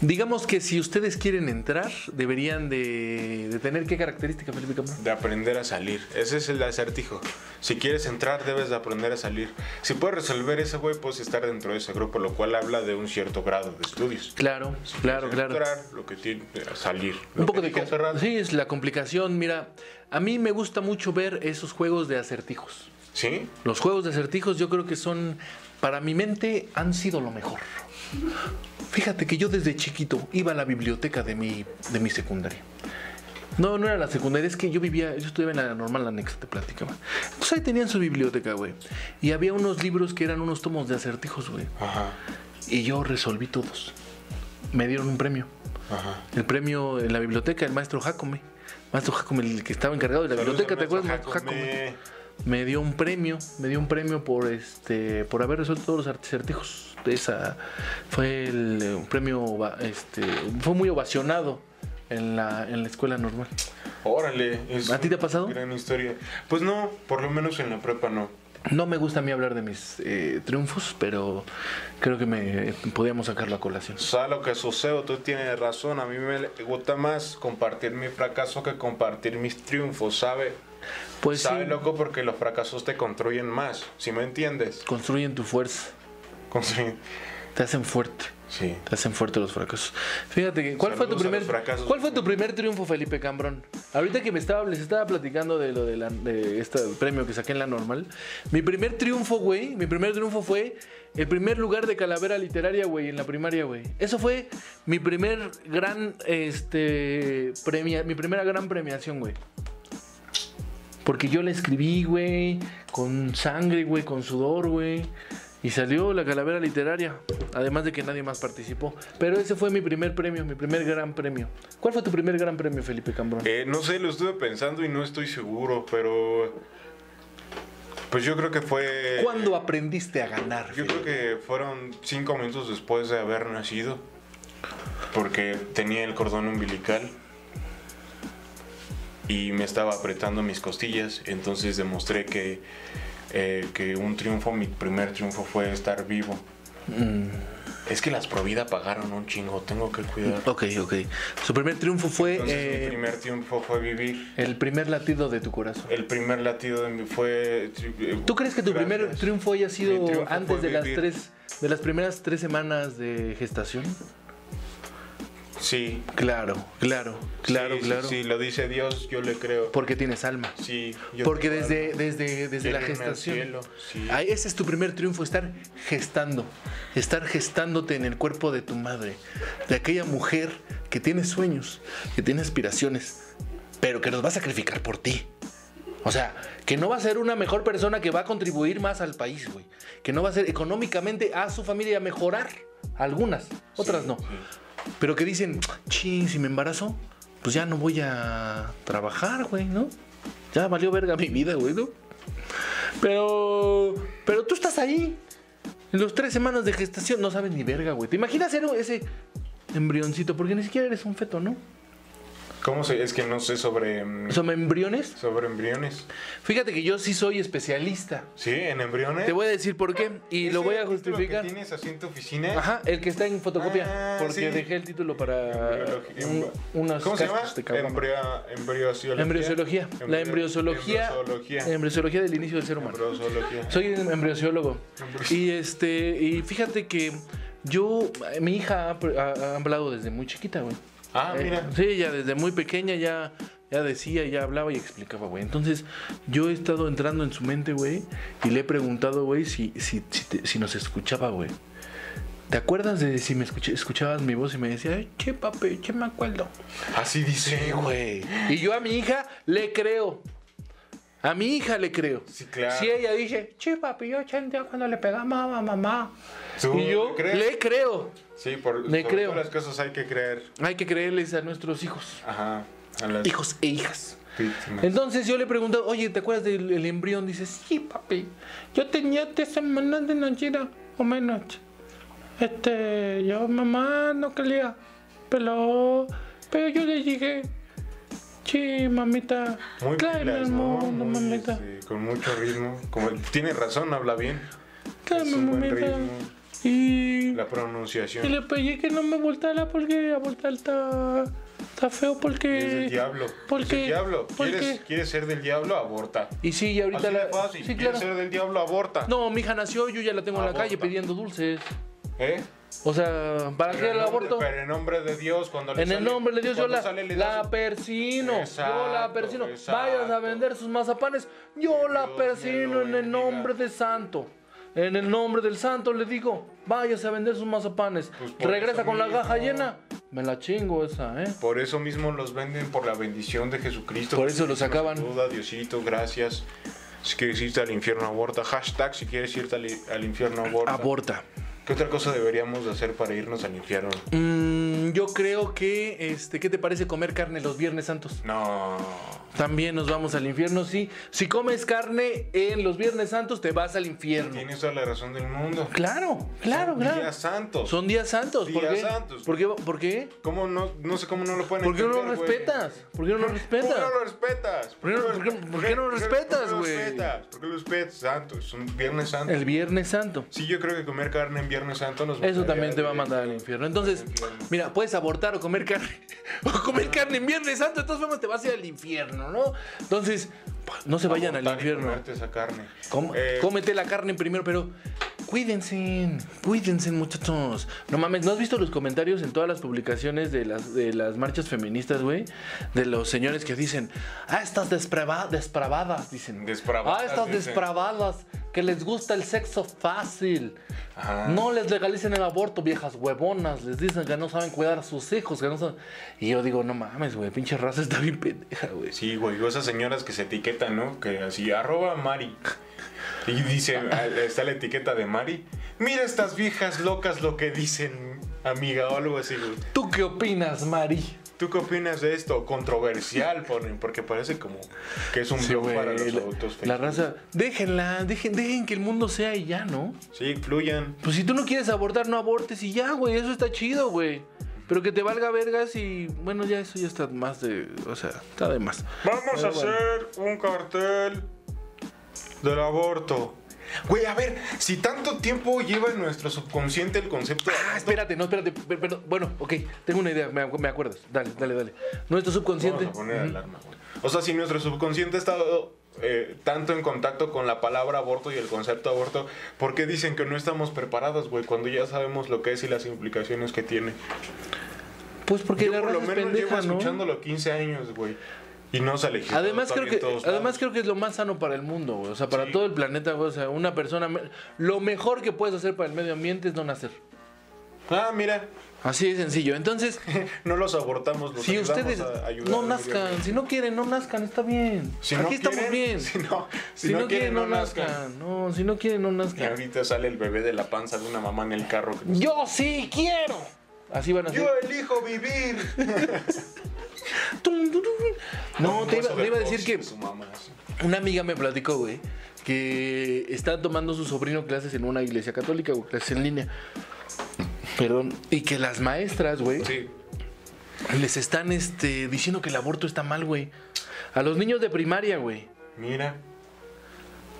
Speaker 4: Digamos que si ustedes quieren entrar, deberían de, de tener qué característica, Felipe Cambrón?
Speaker 3: De aprender a salir. Ese es el acertijo. Si quieres entrar, debes de aprender a salir. Si puedes resolver ese güey, puedes estar dentro de ese grupo, lo cual habla de un cierto grado de estudios.
Speaker 4: Claro, claro, claro.
Speaker 3: Entrar, lo que tiene salir.
Speaker 4: Un poco de
Speaker 3: que
Speaker 4: com- Sí, es la complicación. Mira, a mí me gusta mucho ver esos juegos de acertijos.
Speaker 3: ¿Sí?
Speaker 4: Los juegos de acertijos yo creo que son, para mi mente, han sido lo mejor. Fíjate que yo desde chiquito iba a la biblioteca de mi, de mi secundaria. No, no era la secundaria, es que yo vivía, yo estudiaba en la normal anexa, te platicaba. Entonces ahí tenían su biblioteca, güey. Y había unos libros que eran unos tomos de acertijos, güey.
Speaker 3: Ajá,
Speaker 4: Y yo resolví todos. Me dieron un premio.
Speaker 3: ajá.
Speaker 4: El premio en la biblioteca, el maestro Jacome. Maestro Jacome, el que estaba encargado de la
Speaker 3: Saludos
Speaker 4: biblioteca,
Speaker 3: al
Speaker 4: ¿te acuerdas?
Speaker 3: maestro
Speaker 4: Maestro Jacome.
Speaker 3: Jacome.
Speaker 4: me dio un premio, me dio un premio por este por haber resuelto todos los articertijos. Esa fue el eh, un premio ova- este fue muy ovacionado en la, en la escuela normal.
Speaker 3: Órale. es
Speaker 4: ¿A ti te ha pasado?
Speaker 3: Gran historia. Pues no, por lo menos en la prepa no.
Speaker 4: No me gusta a mí hablar de mis eh, triunfos, pero creo que me eh, podíamos sacarlo a colación.
Speaker 3: sea, lo que sucede, tú tienes razón. A mí me gusta más compartir mi fracaso que compartir mis triunfos, ¿sabe?
Speaker 4: Pues sí,
Speaker 3: ¿Sabe, loco? Porque los fracasos te construyen más, si me entiendes?
Speaker 4: construyen tu fuerza,
Speaker 3: Construyen.
Speaker 4: te hacen fuerte.
Speaker 3: Sí.
Speaker 4: Te hacen fuerte los fracasos. Fíjate, que- ¿cuál fue tu
Speaker 3: Saludos a
Speaker 4: primer
Speaker 3: los fracasos.
Speaker 4: cuál fue tu primer triunfo, Felipe Cambrón? Ahorita que me estaba les estaba platicando de lo de, la- de este premio que saqué en la normal, mi primer triunfo, güey, mi primer triunfo fue el primer lugar de calavera literaria, güey, en la primaria, güey. Eso fue mi primer gran este premia, mi primera gran premiación, güey. Porque yo la escribí, güey, con sangre, güey, con sudor, güey. Y salió la calavera literaria, además de que nadie más participó. Pero ese fue mi primer premio, mi primer gran premio. ¿Cuál fue tu primer gran premio, Felipe Cambrón?
Speaker 3: Eh, no sé, lo estuve pensando y no estoy seguro, pero. Pues yo creo que fue.
Speaker 4: ¿Cuándo aprendiste a ganar?
Speaker 3: Yo
Speaker 4: Felipe?
Speaker 3: creo que fueron cinco minutos después de haber nacido. Porque tenía el cordón umbilical. Y me estaba apretando mis costillas. Entonces demostré que, eh, que un triunfo, mi primer triunfo fue estar vivo.
Speaker 4: Mm.
Speaker 3: Es que las Provida pagaron un chingo, tengo que cuidar.
Speaker 4: Ok, ok. Su primer triunfo fue
Speaker 3: Entonces mi
Speaker 4: eh,
Speaker 3: primer triunfo fue vivir.
Speaker 4: el primer latido de tu corazón.
Speaker 3: El primer latido de mi fue... eh,
Speaker 4: ¿Tú crees que tu primer
Speaker 3: Gracias.
Speaker 4: triunfo haya sido
Speaker 3: Mi triunfo
Speaker 4: antes
Speaker 3: fue
Speaker 4: de las
Speaker 3: vivir.
Speaker 4: tres, de las primeras tres semanas de gestación?
Speaker 3: Sí.
Speaker 4: Claro, claro, claro,
Speaker 3: Sí, sí,
Speaker 4: claro.
Speaker 3: Sí, lo dice Dios, yo le creo.
Speaker 4: Porque tienes alma.
Speaker 3: Sí. yo
Speaker 4: Porque
Speaker 3: tengo
Speaker 4: desde, desde, desde la
Speaker 3: Quiero irme al
Speaker 4: gestación.
Speaker 3: cielo, sí.
Speaker 4: Ahí, ese es tu primer triunfo, estar gestando. Estar gestándote en el cuerpo de tu madre. De aquella mujer que tiene sueños, que tiene aspiraciones, pero que los va a sacrificar por ti. O sea, que no va a ser una mejor persona que va a contribuir más al país, güey. Que no va a ser económicamente a su familia a mejorar. Algunas, otras no. Pero que dicen, ching, si me embarazo, pues ya no voy a trabajar, güey, ¿no? Ya valió verga mi vida, güey, ¿no? Pero. Pero tú estás ahí. En los tres semanas de gestación no sabes ni verga, güey. ¿Te imaginas ser ese embrioncito? Porque ni siquiera eres un feto, ¿no?
Speaker 3: ¿Cómo se? Es que no sé sobre mm,
Speaker 4: Son embriones.
Speaker 3: sobre embriones.
Speaker 4: Fíjate que yo sí soy especialista.
Speaker 3: Sí, en embriones.
Speaker 4: Te voy a decir por qué y lo
Speaker 3: ¿Ese
Speaker 4: voy a
Speaker 3: título
Speaker 4: justificar.
Speaker 3: Que tienes así en tu oficina.
Speaker 4: Ajá, el que está en fotocopia.
Speaker 3: Ah,
Speaker 4: porque
Speaker 3: sí.
Speaker 4: dejé el título para
Speaker 3: Embriologi-
Speaker 4: un-
Speaker 3: embri-
Speaker 4: unos
Speaker 3: ¿Cómo se llama?
Speaker 4: cascos de cabrón.
Speaker 3: Embrio- embriosiología.
Speaker 4: Embriociología. La Em- embriociología.
Speaker 3: Embriosiología.
Speaker 4: Embriociología del inicio del ser humano.
Speaker 3: Embriosiología.
Speaker 4: Soy un embriólogo. Y este, y fíjate que yo, mi hija ha, ha- ha hablado desde muy chiquita, güey.
Speaker 3: Ah,
Speaker 4: Eh,
Speaker 3: mira.
Speaker 4: Sí, ella desde muy pequeña ya, ya decía, ya hablaba y explicaba, güey. Entonces, yo he estado entrando en su mente, güey, y le he preguntado, güey, si, si, si, te- si nos escuchaba, güey. ¿Te acuerdas de si me escuch- escuchabas mi voz y me decía, "Ay, che, papi, che, me acuerdo?
Speaker 3: Así dice, güey.
Speaker 4: Y yo a mi hija le creo. A mi hija le creo.
Speaker 3: Sí, claro.
Speaker 4: Si ella dice, che, papi, yo sentía cuando le pegaba a mamá.
Speaker 3: ¿Tú
Speaker 4: Y yo
Speaker 3: le crees?
Speaker 4: le creo.
Speaker 3: Sí, por
Speaker 4: Me
Speaker 3: sobre
Speaker 4: creo.
Speaker 3: todas las cosas hay que creer.
Speaker 4: Hay que creerles a nuestros hijos.
Speaker 3: Ajá. A las
Speaker 4: Hijos e hijas.
Speaker 3: víctimas.
Speaker 4: Entonces yo le pregunté, oye, ¿te acuerdas del el embrión? Dice, sí, papi. Yo tenía tres semanas de nacido o menos. Este, yo mamá no quería. Pero, pero yo le dije, sí, mamita.
Speaker 3: Muy
Speaker 4: tráeme
Speaker 3: pilas,
Speaker 4: al
Speaker 3: ¿no?
Speaker 4: mundo,
Speaker 3: Muy,
Speaker 4: mamita.
Speaker 3: este, con mucho ritmo. Como, tiene razón, habla bien.
Speaker 4: Tráeme,
Speaker 3: es un buen
Speaker 4: mamita.
Speaker 3: ritmo.
Speaker 4: Y,
Speaker 3: La
Speaker 4: y
Speaker 3: pronunciación
Speaker 4: le pedí que no me voltara porque a voltar está, está feo porque...
Speaker 3: es del diablo.
Speaker 4: ¿Por
Speaker 3: Es
Speaker 4: qué?
Speaker 3: del diablo.
Speaker 4: ¿Por
Speaker 3: ¿Quieres,
Speaker 4: qué?
Speaker 3: ¿Quieres ser del diablo? Aborta.
Speaker 4: Y sí, y ahorita
Speaker 3: Así
Speaker 4: la...
Speaker 3: de fácil.
Speaker 4: Sí,
Speaker 3: ¿Quieres
Speaker 4: claro.
Speaker 3: ser del diablo? Aborta.
Speaker 4: No, mi hija nació, yo ya la tengo en la
Speaker 3: Aborta.
Speaker 4: calle pidiendo dulces.
Speaker 3: ¿Eh?
Speaker 4: O sea, ¿para qué
Speaker 3: Pero en
Speaker 4: el
Speaker 3: nombre-
Speaker 4: aborto?
Speaker 3: Pero en nombre de Dios, cuando le
Speaker 4: En el
Speaker 3: sale-
Speaker 4: nombre de Dios yo
Speaker 3: cuando
Speaker 4: la,
Speaker 3: sale, le
Speaker 4: la
Speaker 3: das-
Speaker 4: persino. yo la
Speaker 3: Exacto,
Speaker 4: persino.
Speaker 3: exacto.
Speaker 4: Vayas a vender sus mazapanes. Yo
Speaker 3: Que
Speaker 4: la
Speaker 3: Dios me
Speaker 4: persino
Speaker 3: lo
Speaker 4: en el
Speaker 3: bendiga.
Speaker 4: nombre de santo. En el nombre del santo le digo, váyase a vender sus mazapanes.
Speaker 3: Pues por
Speaker 4: Regresa
Speaker 3: eso
Speaker 4: con la caja
Speaker 3: mismo.
Speaker 4: llena. Me la chingo esa, ¿eh?
Speaker 3: Por eso mismo los venden por la bendición de Jesucristo.
Speaker 4: Por eso los acaban.
Speaker 3: Duda, Diosito, gracias. Si quieres irte al infierno, aborta. Hashtag si quieres irte al, al infierno, aborta.
Speaker 4: Aborta.
Speaker 3: ¿Qué otra cosa deberíamos de hacer para irnos al infierno?
Speaker 4: Mm, yo creo que, este, ¿qué te parece comer carne los Viernes Santos?
Speaker 3: No.
Speaker 4: También nos vamos al infierno, sí. Si comes carne en los Viernes Santos, te vas al infierno.
Speaker 3: Tienes toda la razón del mundo.
Speaker 4: Claro, claro,
Speaker 3: Son
Speaker 4: claro.
Speaker 3: Días santos.
Speaker 4: Son días santos. ¿Por
Speaker 3: Días
Speaker 4: qué?
Speaker 3: santos.
Speaker 4: ¿Por qué? ¿Por qué?
Speaker 3: ¿Cómo no? No sé cómo no lo pueden
Speaker 4: ¿Por qué no lo
Speaker 3: entender, güey.
Speaker 4: respetas? ¿Por qué no lo
Speaker 3: ¿Por qué
Speaker 4: respetas?
Speaker 3: no lo respetas?
Speaker 4: ¿Por qué no- por qué- por qué no lo respetas, güey?
Speaker 3: ¿Por qué lo respetas? ¿Por qué lo respetas? Santo, es un Viernes Santo.
Speaker 4: El Viernes Santo.
Speaker 3: Sí, yo creo que comer carne en Viernes Santo nos
Speaker 4: Eso
Speaker 3: mataría
Speaker 4: también te va a
Speaker 3: de-
Speaker 4: mandar al infierno. Entonces, mira, puedes abortar o comer carne. O comer carne en Viernes Santo. De todas formas, te vas a ir al infierno, ¿no? Entonces, no se vayan al
Speaker 3: Abortar y
Speaker 4: infierno.
Speaker 3: comerte esa carne.
Speaker 4: Com-
Speaker 3: Eh,
Speaker 4: cómete la carne primero, pero cuídense, cuídense muchachos. No mames, ¿no has visto los comentarios en todas las publicaciones de las, de las marchas feministas, güey? De los señores que dicen, ah, estas desprava- despravadas, dicen.
Speaker 3: Despravadas,
Speaker 4: Ah, estas
Speaker 3: dicen.
Speaker 4: despravadas, que les gusta el sexo fácil.
Speaker 3: Ajá.
Speaker 4: No les legalicen el aborto, viejas huevonas. Les dicen que no saben cuidar a sus hijos, que no saben... Y yo digo, no mames, güey, pinche raza está bien pendeja, güey.
Speaker 3: Sí, güey, o esas señoras que se etiquetan, ¿no? Que así, arroba Mari. Y dice, ah, está la etiqueta de Mari. Mira estas viejas locas lo que dicen, amiga, o algo así, güey.
Speaker 4: ¿Tú qué opinas, Mari?
Speaker 3: ¿Tú qué opinas de esto? Controversial, ponen, porque parece como que es un
Speaker 4: Sí,
Speaker 3: blog
Speaker 4: güey,
Speaker 3: para los
Speaker 4: la,
Speaker 3: adultos.
Speaker 4: la
Speaker 3: felices.
Speaker 4: raza, déjenla, dejen, dejen que el mundo sea y ya, ¿no?
Speaker 3: Sí, fluyan.
Speaker 4: Pues si tú no quieres abortar, no abortes y ya, güey, eso está chido, güey. Pero que te valga vergas y bueno, ya eso ya está más de, o sea, está de más.
Speaker 3: Vamos
Speaker 4: Pero
Speaker 3: a
Speaker 4: bueno.
Speaker 3: hacer un cartel del aborto. Güey, a ver, si tanto tiempo lleva en nuestro subconsciente el concepto de
Speaker 4: Ah,
Speaker 3: aborto,
Speaker 4: espérate, no, espérate, per- perdón. Bueno, ok, tengo una idea, me, acu- me acuerdas. Dale, dale, dale. Nuestro subconsciente.
Speaker 3: Vamos a poner alarma, güey. O sea, si nuestro subconsciente ha estado eh, tanto en contacto con la palabra aborto y el concepto aborto, ¿por qué dicen que no estamos preparados, güey? Cuando ya sabemos lo que es y las implicaciones que tiene.
Speaker 4: Pues porque
Speaker 3: Yo
Speaker 4: la
Speaker 3: por
Speaker 4: raza
Speaker 3: lo
Speaker 4: es
Speaker 3: menos llevo
Speaker 4: pendeja, ¿no?
Speaker 3: escuchándolo 15 años, güey. Y no se ha legislado
Speaker 4: Además creo,
Speaker 3: todavía
Speaker 4: que,
Speaker 3: en todos
Speaker 4: además
Speaker 3: lados.
Speaker 4: creo que es lo más sano para el mundo, güey. O sea, para todo el planeta, güey. O sea, una persona... me- Lo mejor que puedes hacer para el medio ambiente es no nacer.
Speaker 3: Ah, mira,
Speaker 4: Así de sencillo. Entonces,
Speaker 3: no los abortamos, los
Speaker 4: si
Speaker 3: ayudamos
Speaker 4: ustedes
Speaker 3: a ayudar
Speaker 4: no
Speaker 3: al medio
Speaker 4: nazcan,
Speaker 3: ambiente.
Speaker 4: si no quieren, no nazcan, está bien.
Speaker 3: Si
Speaker 4: Aquí
Speaker 3: no
Speaker 4: estamos
Speaker 3: quieren,
Speaker 4: bien.
Speaker 3: Si no, si
Speaker 4: Si
Speaker 3: no quieren, no nazcan.
Speaker 4: No, si no quieren, no
Speaker 3: Y
Speaker 4: nazcan.
Speaker 3: ahorita sale el bebé de la panza de una mamá en el carro. que-
Speaker 4: Yo sí quiero. Así van a ser.
Speaker 3: Yo elijo vivir.
Speaker 4: Tum, tum, tum. No,
Speaker 3: Un
Speaker 4: te iba,
Speaker 3: beso
Speaker 4: te
Speaker 3: de
Speaker 4: iba a
Speaker 3: voz
Speaker 4: decir que
Speaker 3: de su mamá, sí.
Speaker 4: una amiga me platicó, güey, que está tomando su sobrino clases en una iglesia católica, güey, clases en línea. Perdón. Y que las maestras, güey,
Speaker 3: Sí.
Speaker 4: les están este, diciendo que el aborto está mal, güey. A los niños de primaria, güey.
Speaker 3: Mira.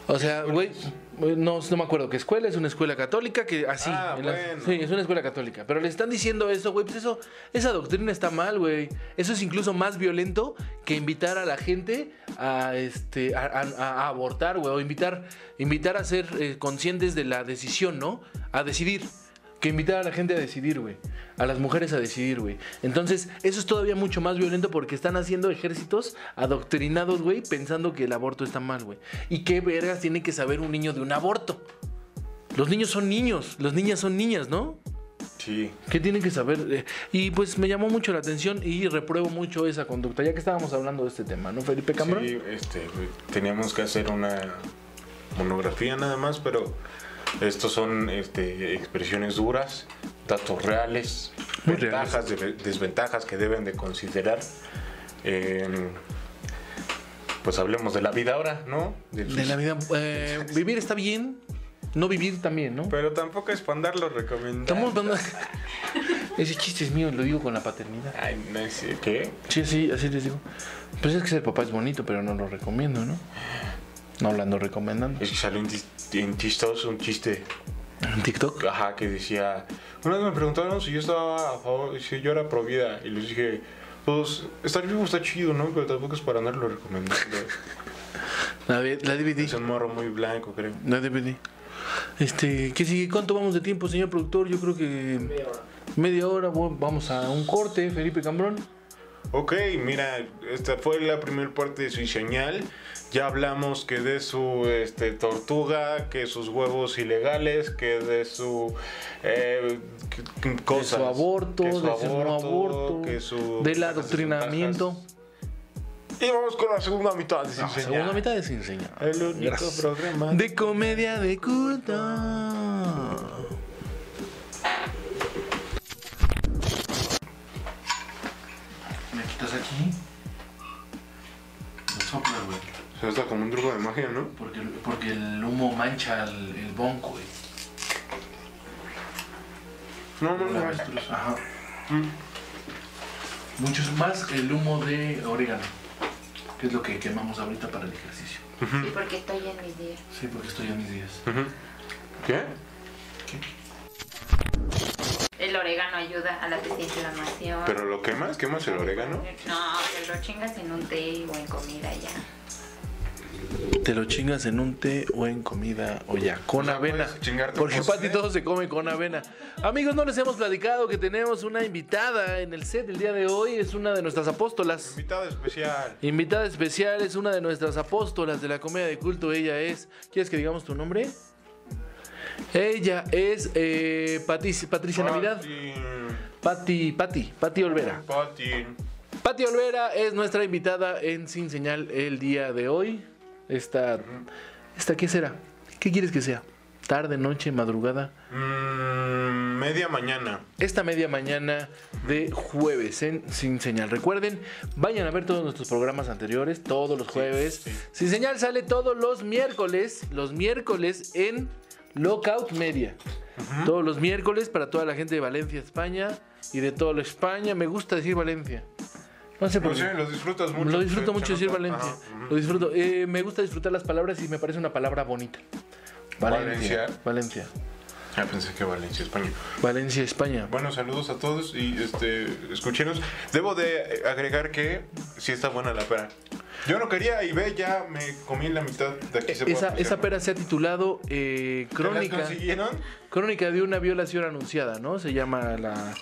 Speaker 4: O sea, güey, güey, no, no me acuerdo qué escuela, es una escuela católica que así.
Speaker 3: Ah,
Speaker 4: en la-
Speaker 3: bueno.
Speaker 4: Sí, es una escuela católica. Pero le están diciendo eso, güey, pues eso, esa doctrina está mal, güey. Eso es incluso más violento que invitar a la gente a, este, a, a- a abortar, güey, o invitar, invitar a ser eh, conscientes de la decisión, ¿no? A decidir. Que invitar a la gente a decidir, güey. A las mujeres a decidir, güey. Entonces, eso es todavía mucho más violento porque están haciendo ejércitos adoctrinados, güey, pensando que el aborto está mal, güey. ¿Y qué vergas tiene que saber un niño de un aborto? Los niños son niños, las niñas son niñas, ¿no?
Speaker 3: Sí.
Speaker 4: ¿Qué tienen que saber? Eh, Y pues me llamó mucho la atención y repruebo mucho esa conducta, ya que estábamos hablando de este tema, ¿no, Felipe Cambrón?
Speaker 3: Sí, este, güey, teníamos que hacer una monografía nada más, pero estos son este, expresiones duras, datos reales,
Speaker 4: Muy
Speaker 3: ventajas, de- desventajas que deben de considerar. Eh, pues hablemos de la vida ahora, ¿no? De sus-
Speaker 4: De la vida. eh, vivir está bien, no vivir también, ¿no?
Speaker 3: Pero tampoco espandar lo recomendamos.
Speaker 4: Estamos hablando. Ese chiste es mío, lo digo con la paternidad.
Speaker 3: Ay, no es, ¿qué?
Speaker 4: Sí, así, así les digo. Pues es que ser papá es bonito, pero no lo recomiendo, ¿no? No lo ando recomendando.
Speaker 3: Es que salió en, tis- en Tistos un chiste
Speaker 4: En TikTok.
Speaker 3: Ajá, que decía. Una vez me preguntaron si yo estaba a favor, si yo era pro vida. Y les dije, pues, estar vivo está chido, ¿no? Pero tampoco es para andarlo recomendando.
Speaker 4: A ver, la DVD.
Speaker 3: es un morro muy blanco, creo.
Speaker 4: La DVD. Este, ¿qué sigue? ¿Cuánto vamos de tiempo, señor productor? Yo creo que. Media hora. bueno, vamos a un corte, Felipe Cambrón.
Speaker 3: Ok, mira, esta fue la primera parte de su señal. Ya hablamos que de su este, tortuga, que sus huevos ilegales, que de su eh, que- que- cosas.
Speaker 4: De su aborto,
Speaker 3: que
Speaker 4: de su no aborto,
Speaker 3: que su-
Speaker 4: del
Speaker 3: las
Speaker 4: adoctrinamiento.
Speaker 3: desventajas. Y vamos con la segunda mitad de su
Speaker 4: No,
Speaker 3: señal.
Speaker 4: segunda mitad es enseñar.
Speaker 3: El único programa.
Speaker 4: De comedia de culto.
Speaker 3: Se usa como un truco de magia, ¿no?
Speaker 4: Porque, porque el humo mancha el, el bonco, güey.
Speaker 3: No, no,
Speaker 4: La
Speaker 3: no.
Speaker 4: avestruz, Ajá. Mm. Muchos más que el humo de orégano, que es lo que quemamos ahorita para el ejercicio.
Speaker 5: Sí, porque estoy en mis días.
Speaker 4: Sí, porque estoy a mis días.
Speaker 3: ¿Qué?
Speaker 5: El orégano ayuda a la desinflamación.
Speaker 3: ¿Pero lo quemas? ¿Quemas el orégano?
Speaker 5: No, te lo chingas en un té o en comida ya.
Speaker 4: Te lo chingas en un té o en comida o ya, con
Speaker 3: O sea,
Speaker 4: avena.
Speaker 3: Pues, puedes chingarte un
Speaker 4: Porque
Speaker 3: postre.
Speaker 4: Pati todo se come con avena. Amigos, no les hemos platicado que tenemos una invitada en el set el día de hoy. Es una de nuestras apóstolas.
Speaker 3: Invitado especial.
Speaker 4: Invitada especial es una de nuestras apóstolas de la comedia de culto. Ella es. ¿Quieres que digamos tu nombre? Ella es eh, Patis- Patricia Navidad. Pati, Pati, Pati Olvera.
Speaker 3: Pati.
Speaker 4: Pati Olvera es nuestra invitada en Sin Señal el día de hoy. Esta, esta ¿qué será? ¿Qué quieres que sea? Tarde, noche, madrugada.
Speaker 3: Mm, media mañana.
Speaker 4: Esta media mañana de jueves en Sin Señal. Recuerden, vayan a ver todos nuestros programas anteriores, todos los jueves. Sin Señal sale todos los miércoles, los miércoles en Lockout Media. Todos los miércoles para toda la gente de Valencia, España y de toda la España. Me gusta decir Valencia. No sé por
Speaker 3: Pues
Speaker 4: qué.
Speaker 3: sí, los disfrutas mucho.
Speaker 4: Lo disfruto
Speaker 3: se-
Speaker 4: mucho
Speaker 3: se
Speaker 4: decir
Speaker 3: nota.
Speaker 4: Valencia.
Speaker 3: Ajá, ujú.
Speaker 4: Lo disfruto. Eh, me gusta disfrutar las palabras y me parece una palabra bonita. Valencia.
Speaker 3: Valencia.
Speaker 4: Valencia.
Speaker 3: Ah, Ya pensé que Valencia, España.
Speaker 4: Valencia, España.
Speaker 3: Bueno, saludos a todos y este, escuchenos. Debo de agregar que sí está buena la pera. Yo no quería y ve, ya me comí la mitad de aquí. se puede
Speaker 4: E- Esa,
Speaker 3: apreciar.
Speaker 4: esa pera se ha titulado eh,
Speaker 3: ¿Te las
Speaker 4: Crónica.
Speaker 3: consiguieron?
Speaker 4: Crónica de una violación anunciada, ¿no? Se llama la.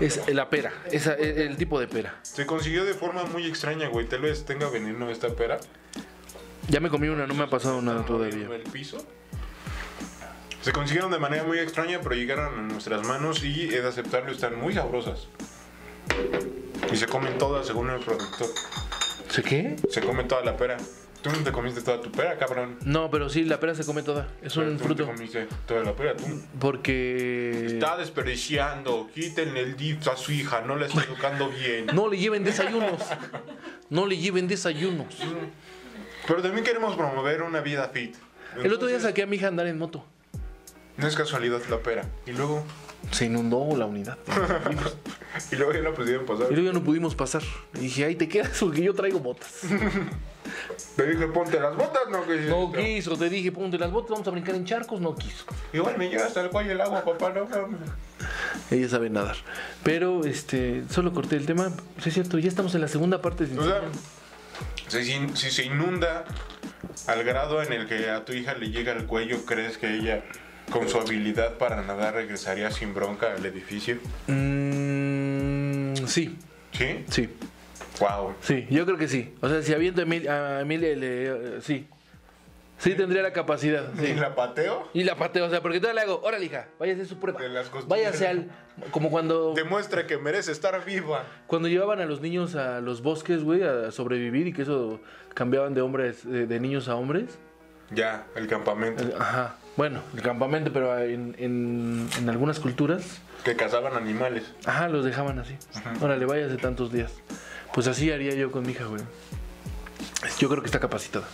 Speaker 4: Es la pera. Esa, el, el tipo de pera.
Speaker 3: Se consiguió de forma muy extraña, güey. Tal vez tenga veneno esta pera.
Speaker 4: Ya me comí una, no me ha pasado nada todavía.
Speaker 3: El piso. Se consiguieron de manera muy extraña, pero llegaron a nuestras manos y he de aceptarlo, están muy sabrosas. Y se comen todas según el productor.
Speaker 4: ¿Se qué?
Speaker 3: Se come toda la pera. Tú no te comiste toda tu pera, cabrón.
Speaker 4: No, pero sí, la pera se come toda. Es
Speaker 3: Pero
Speaker 4: un
Speaker 3: tú no te
Speaker 4: fruto.
Speaker 3: comiste toda la pera, tú.
Speaker 4: Porque.
Speaker 3: Está desperdiciando, quítenle el dip a su hija, no la está educando bien.
Speaker 4: No le lleven desayunos. No le lleven desayunos.
Speaker 3: Pero también queremos promover una vida fit.
Speaker 4: El otro día
Speaker 3: Entonces,
Speaker 4: saqué a mi hija a andar en moto.
Speaker 3: No es casualidad la pera. Y luego,
Speaker 4: Se inundó la unidad.
Speaker 3: y luego ya la pudieron pasar.
Speaker 4: Y luego ya no pudimos pasar. Y dije, ahí te quedas porque yo traigo botas.
Speaker 3: Te dije, ponte las botas, no que
Speaker 4: No quiso, te dije, ponte las botas, vamos a brincar en charcos. No quiso.
Speaker 3: Igual me llega hasta el cuello el agua, papá, no mames.
Speaker 4: Ella sabe nadar. Pero, este, solo corté el tema. Sí, es cierto, ya estamos en la segunda parte. Sin
Speaker 3: O sea,
Speaker 4: señal.
Speaker 3: si, si- si se inunda al grado en el que a tu hija le llega al cuello, ¿crees que ella, con su habilidad para nadar, regresaría sin bronca al edificio?
Speaker 4: Mm, sí,
Speaker 3: ¿Sí?
Speaker 4: sí,
Speaker 3: Wow.
Speaker 4: sí. Yo creo que sí. O sea, si aviento a Emil- a Emilia, le- eh, sí. Sí tendría la capacidad.
Speaker 3: ¿Y
Speaker 4: Sí.
Speaker 3: la pateo?
Speaker 4: Y la pateo, o sea, porque todavía le hago, órale, hija, váyase a su prueba.
Speaker 3: De las costumbres.
Speaker 4: Váyase al. Como cuando,
Speaker 3: Demuestra que merece estar viva.
Speaker 4: cuando llevaban a los niños a los bosques, güey, a sobrevivir y que eso cambiaban de hombres, de, de niños a hombres.
Speaker 3: Ya, el campamento.
Speaker 4: Eh, Ajá. Bueno, el campamento, pero en, en- en algunas culturas,
Speaker 3: Que cazaban animales.
Speaker 4: ajá, los dejaban así. Órale, váyase tantos días. Pues así haría yo con mi hija, güey. Yo creo que está capacitada.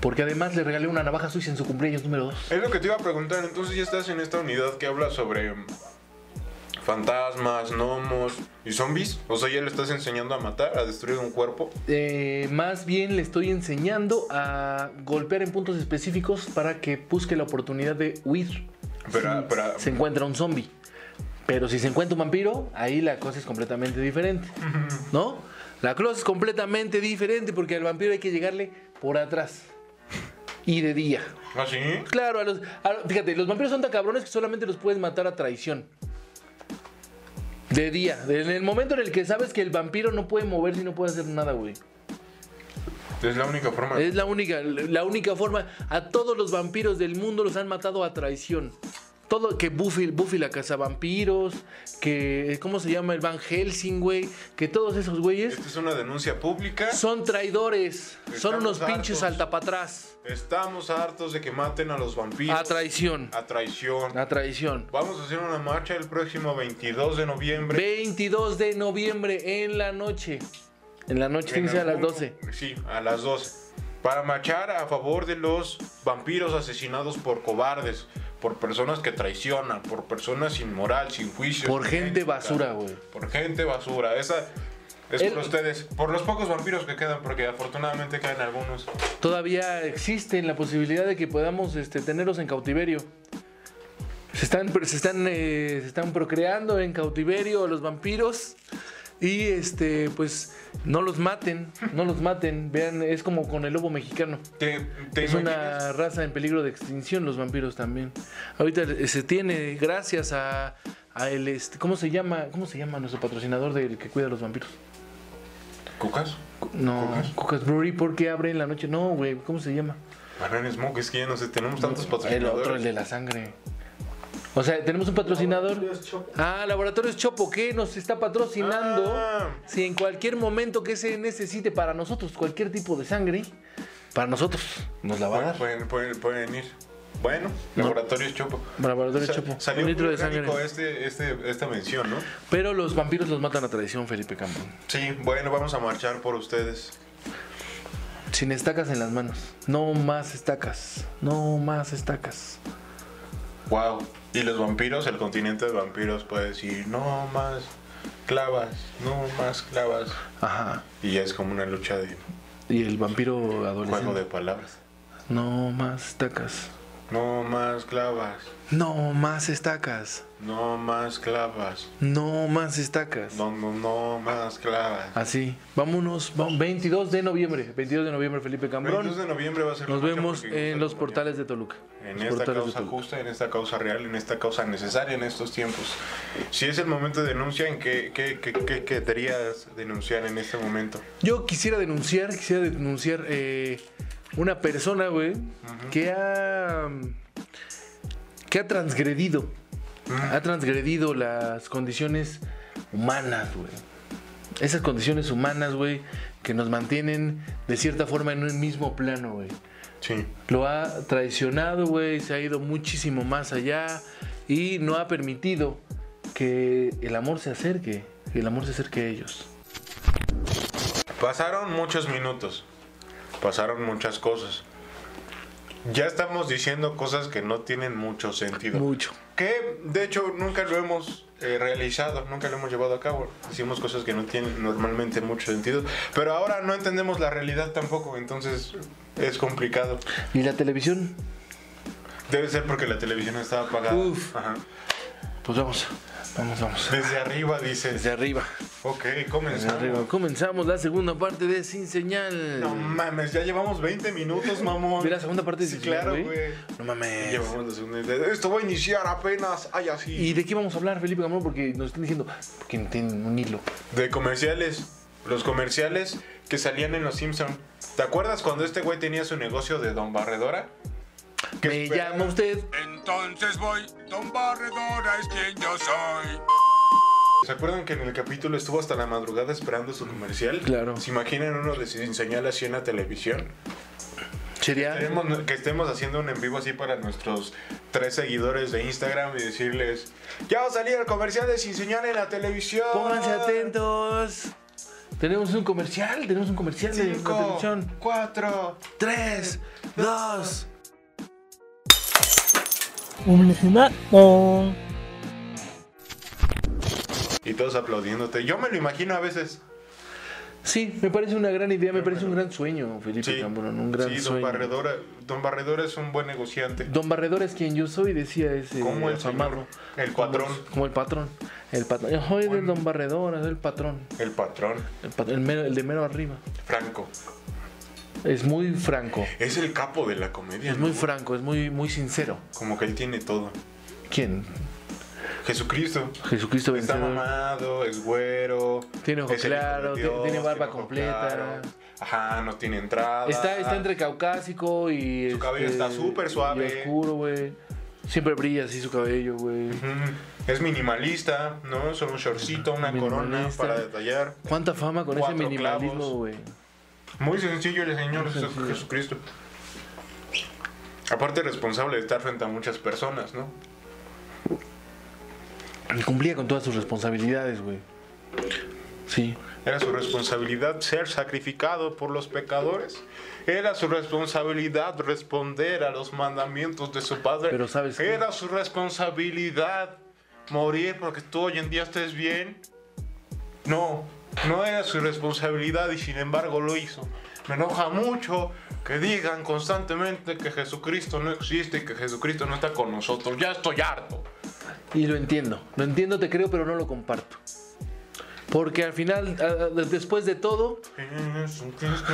Speaker 4: Porque además le regalé una navaja suiza en su cumpleaños número 2.
Speaker 3: Es lo que te iba a preguntar. Entonces ya estás en esta unidad que habla sobre mm, fantasmas, gnomos y zombies. O sea, ya le estás enseñando a matar, a destruir un cuerpo.
Speaker 4: Eh, más bien le estoy enseñando a golpear en puntos específicos para que busque la oportunidad de huir.
Speaker 3: Pero, pero-
Speaker 4: Se encuentra un zombie. Pero si se encuentra un vampiro, ahí la cosa es completamente diferente. ¿No? La cosa es completamente diferente porque al vampiro hay que llegarle por atrás. Y de día.
Speaker 3: ¿Ah, sí?
Speaker 4: Claro, a los, a- fíjate, los vampiros son tan cabrones que solamente los puedes matar a traición. De día. En el momento en el que sabes que el vampiro no puede moverse y no puede hacer nada, güey.
Speaker 3: Es la única forma.
Speaker 4: Es la única, la única forma. A todos los vampiros del mundo los han matado a traición. Todo que Buffy, Buffy la cazavampiros, que ¿cómo se llama? El Van Helsing, güey, que todos esos güeyes
Speaker 3: Esta es una denuncia pública.
Speaker 4: son traidores, son
Speaker 3: Estamos
Speaker 4: unos pinches
Speaker 3: hartos.
Speaker 4: altapatrás.
Speaker 3: Estamos hartos de que maten a los vampiros.
Speaker 4: A Ah. traición,
Speaker 3: A traición.
Speaker 4: a traición.
Speaker 3: Vamos a hacer una marcha el próximo 22 de noviembre.
Speaker 4: 22 de noviembre en la noche. En la noche, tiene que ser a las
Speaker 3: algún-
Speaker 4: 12.
Speaker 3: Sí, a las 12. para marchar a favor de los vampiros asesinados por cobardes, por personas que traicionan, por personas sin moral, sin juicio.
Speaker 4: Por
Speaker 3: sin
Speaker 4: gente
Speaker 3: ética,
Speaker 4: basura, güey.
Speaker 3: Por gente basura. Esa es
Speaker 4: El-
Speaker 3: por ustedes, por los pocos vampiros que quedan, porque afortunadamente quedan algunos.
Speaker 4: Todavía existe la posibilidad de que podamos este, tenerlos en cautiverio. Se están, se, están, eh, se están procreando en cautiverio los vampiros. Y este, pues, no los maten, no los maten. Vean, es como con el lobo mexicano.
Speaker 3: ¿Te, te
Speaker 4: Es
Speaker 3: imaginas?
Speaker 4: una raza en peligro de extinción, los vampiros también. Ahorita eh, se tiene, gracias a, a el este, ¿cómo se llama? ¿Cómo se llama nuestro patrocinador del que cuida a los vampiros?
Speaker 3: ¿Cucas?
Speaker 4: No,
Speaker 3: ¿Cucas?
Speaker 4: Cucas Brewery, ¿por qué abre en la noche? No, güey, ¿cómo se llama?
Speaker 3: Manuel Smoke, es que ya no sé, tenemos tantos
Speaker 4: El
Speaker 3: patrocinadores.
Speaker 4: otro, el de la sangre. O sea, tenemos un patrocinador.
Speaker 1: Laboratorios Chopo.
Speaker 4: Ah, Laboratorios Chopo, que nos está patrocinando.
Speaker 3: Ah.
Speaker 4: Si en cualquier momento que se necesite para nosotros, cualquier tipo de sangre, para nosotros, nos la va a
Speaker 3: Bueno,
Speaker 4: dar.
Speaker 3: Ah, pueden, pueden, pueden ir. Bueno, laboratorios Chopo.
Speaker 4: Laboratorios
Speaker 3: pues, Sa-
Speaker 4: Chopo.
Speaker 3: Salió
Speaker 4: Un
Speaker 3: muy
Speaker 4: litro de
Speaker 3: orgánico
Speaker 4: sangre.
Speaker 3: Este, este, esta mención, ¿no?
Speaker 4: Pero los vampiros los matan a tradición, Felipe Campo.
Speaker 3: Sí, bueno, vamos a marchar por ustedes.
Speaker 4: Sin estacas en las manos. No más estacas. No más estacas.
Speaker 3: Wow. Y los vampiros, el continente de vampiros puede decir, no más clavas, no más clavas.
Speaker 4: Ajá.
Speaker 3: Y ya es como una lucha de
Speaker 4: Y el vampiro
Speaker 3: juego
Speaker 4: adolescente.
Speaker 3: de palabras.
Speaker 4: No más estacas.
Speaker 3: No más clavas,
Speaker 4: No más estacas.
Speaker 3: no más clavas,
Speaker 4: No más estacas.
Speaker 3: no, no, no más clavas.
Speaker 4: Así. Vámonos. va- 22 de noviembre. 22 de noviembre, Felipe Cambrón.
Speaker 3: 22 de noviembre va a ser la
Speaker 4: Nos
Speaker 3: marcha
Speaker 4: vemos
Speaker 3: porque gusta
Speaker 4: en los
Speaker 3: como
Speaker 4: portales de Toluca.
Speaker 3: En
Speaker 4: Los
Speaker 3: esta
Speaker 4: portales de
Speaker 3: causa
Speaker 4: Toluca.
Speaker 3: justa, en esta causa real, en esta causa necesaria en estos tiempos. Si es el momento de denuncia, ¿en qué, qué, qué- qué querrías denunciar en este momento?
Speaker 4: Yo quisiera denunciar, quisiera denunciar eh, una persona, güey, que ha que ha transgredido, ha transgredido las condiciones humanas, güey. Esas condiciones humanas, güey, que nos mantienen de cierta forma en un mismo plano, güey
Speaker 3: Sí.
Speaker 4: lo ha traicionado, güey, se ha ido muchísimo más allá y no ha permitido que el amor se acerque, que el amor se acerque a ellos.
Speaker 3: Pasaron muchos minutos. Pasaron muchas cosas. Ya estamos diciendo cosas que no tienen mucho sentido.
Speaker 4: Mucho.
Speaker 3: Que de hecho nunca lo hemos eh, realizado, nunca lo hemos llevado a cabo. Hicimos cosas que no tienen normalmente mucho sentido. Pero ahora no entendemos la realidad tampoco, entonces es complicado.
Speaker 4: ¿Y la televisión?
Speaker 3: Debe ser porque la televisión estaba apagada.
Speaker 4: Uf.
Speaker 3: Ajá.
Speaker 4: Pues vamos, vamos, vamos.
Speaker 3: Desde arriba dices.
Speaker 4: Desde arriba,
Speaker 3: Ok,
Speaker 4: desde
Speaker 3: comenzamos.
Speaker 4: arriba. Comenzamos la segunda parte de Sin Señal.
Speaker 3: No mames, ya llevamos 20 minutos, mamón.
Speaker 4: Ve la segunda parte de
Speaker 3: Sí,
Speaker 4: Sin Señal,
Speaker 3: claro,
Speaker 4: güey.
Speaker 3: güey.
Speaker 4: No mames.
Speaker 3: Llevamos la segunda idea. Esto va a iniciar apenas. Ay, así.
Speaker 4: ¿Y de qué vamos a hablar, Felipe Gamón? Porque nos están diciendo que no tienen un hilo.
Speaker 3: De comerciales. Los comerciales que salían en Los Simpson. ¿Te acuerdas cuando este güey tenía su negocio de Don Barredora? ¿Qué
Speaker 4: Me
Speaker 3: esperaba?
Speaker 4: llama usted.
Speaker 6: Entonces voy, Don Barredora es quien yo soy.
Speaker 3: ¿Se acuerdan que en el capítulo estuvo hasta la madrugada esperando su comercial?
Speaker 4: Claro.
Speaker 3: ¿Se imaginan uno de sin señal así en la televisión?
Speaker 4: Sería.
Speaker 3: Queremos que estemos haciendo un en vivo así para nuestros tres seguidores de Instagram y decirles: Ya va a salir el comercial de sin señal en la televisión.
Speaker 4: Pónganse atentos. Tenemos un comercial, tenemos un comercial de la
Speaker 3: Cinco,
Speaker 4: televisión.
Speaker 3: cuatro.
Speaker 4: 3, 2.
Speaker 7: publicidad. No.
Speaker 3: Y todos aplaudiéndote. Yo me lo imagino a veces.
Speaker 4: Sí, me parece una gran idea, me parece un gran sueño, Felipe
Speaker 3: Sí,
Speaker 4: Cambrón, un gran
Speaker 3: sí, don
Speaker 4: sueño.
Speaker 3: Barredora, don Barredora es un buen negociante.
Speaker 4: Don Barredor es quien yo soy, decía ese
Speaker 3: Como el señor,
Speaker 4: afamado.
Speaker 3: el
Speaker 4: Como-
Speaker 3: patrón.
Speaker 4: Como el patrón. El patrón. Yo soy de Don Barredor, soy el patrón.
Speaker 3: El patrón,
Speaker 4: El, pat- el mero- el de mero arriba.
Speaker 3: Franco,
Speaker 4: Es muy franco.
Speaker 3: es el capo de la comedia.
Speaker 4: Es
Speaker 3: ¿no?
Speaker 4: muy franco, es muy, muy sincero.
Speaker 3: Como que él tiene todo.
Speaker 4: ¿Quién?
Speaker 3: Jesucristo.
Speaker 4: Jesucristo
Speaker 3: Está
Speaker 4: vencedor.
Speaker 3: mamado, es güero.
Speaker 4: Tiene ojo
Speaker 3: es el hijo
Speaker 4: claro,
Speaker 3: de
Speaker 4: tiene- tiene barba
Speaker 3: ojo
Speaker 4: completa.
Speaker 3: Ajá, no tiene entrada.
Speaker 4: Está, está entre caucásico y. este,
Speaker 3: Su cabello está súper
Speaker 4: y
Speaker 3: suave.
Speaker 4: oscuro, güey. Siempre brilla así su cabello, güey.
Speaker 3: Ujú, Mm, Es minimalista, ¿no? Solo un shortcito, una corona
Speaker 4: Minimalista.
Speaker 3: para detallar.
Speaker 4: ¿Cuánta fama con ese
Speaker 3: Cuatro
Speaker 4: minimalismo,
Speaker 3: clavos.
Speaker 4: güey?
Speaker 3: Muy sencillo el Señor
Speaker 4: Muy sencillo.
Speaker 3: Jesucristo. Aparte responsable de estar frente a muchas personas, ¿no?
Speaker 4: Y Cumplía con todas sus responsabilidades, güey. Sí.
Speaker 3: Era su responsabilidad ser sacrificado por los pecadores. Era su responsabilidad responder a los mandamientos de su padre.
Speaker 4: Pero ¿sabes qué?
Speaker 3: Era su responsabilidad morir porque tú hoy en día estés bien. No, no era su responsabilidad y sin embargo lo hizo. Me enoja mucho que digan constantemente que Jesucristo no existe y que Jesucristo no está con nosotros. Ya estoy harto.
Speaker 4: Y lo entiendo, lo entiendo, te creo, pero no lo comparto. Porque al final, a- a- después de todo,
Speaker 3: Jesucristo,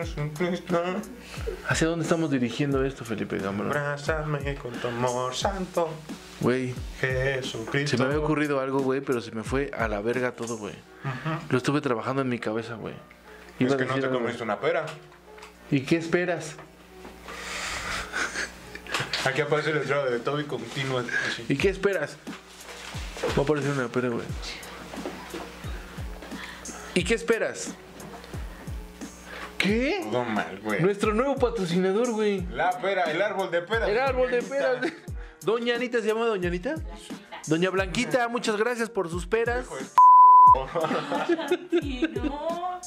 Speaker 3: Jesucristo,
Speaker 4: ¿hacia dónde estamos dirigiendo esto, Felipe Gambrón?
Speaker 3: abrázame con tu amor santo.
Speaker 4: Güey,
Speaker 3: Jesucristo.
Speaker 4: se me había ocurrido algo, güey, pero se me fue a la verga todo, güey. Lo estuve trabajando en mi cabeza, güey. Iba
Speaker 3: Es
Speaker 4: a
Speaker 3: que no
Speaker 4: decir
Speaker 3: te
Speaker 4: algo.
Speaker 3: comiste una pera.
Speaker 4: ¿Y qué esperas?
Speaker 3: Aquí aparece el letrero de Toby continua. así.
Speaker 4: ¿Y qué esperas? Va a aparecer una pera, güey. ¿Y qué esperas? ¿Qué?
Speaker 3: Todo mal, güey.
Speaker 4: Nuestro nuevo patrocinador, güey.
Speaker 3: La pera, el árbol de peras.
Speaker 4: El árbol de
Speaker 3: Blanquita.
Speaker 4: peras. Doña Anita se llama Doña Anita. Doña Blanquita, muchas gracias por sus peras.
Speaker 8: Sí, no.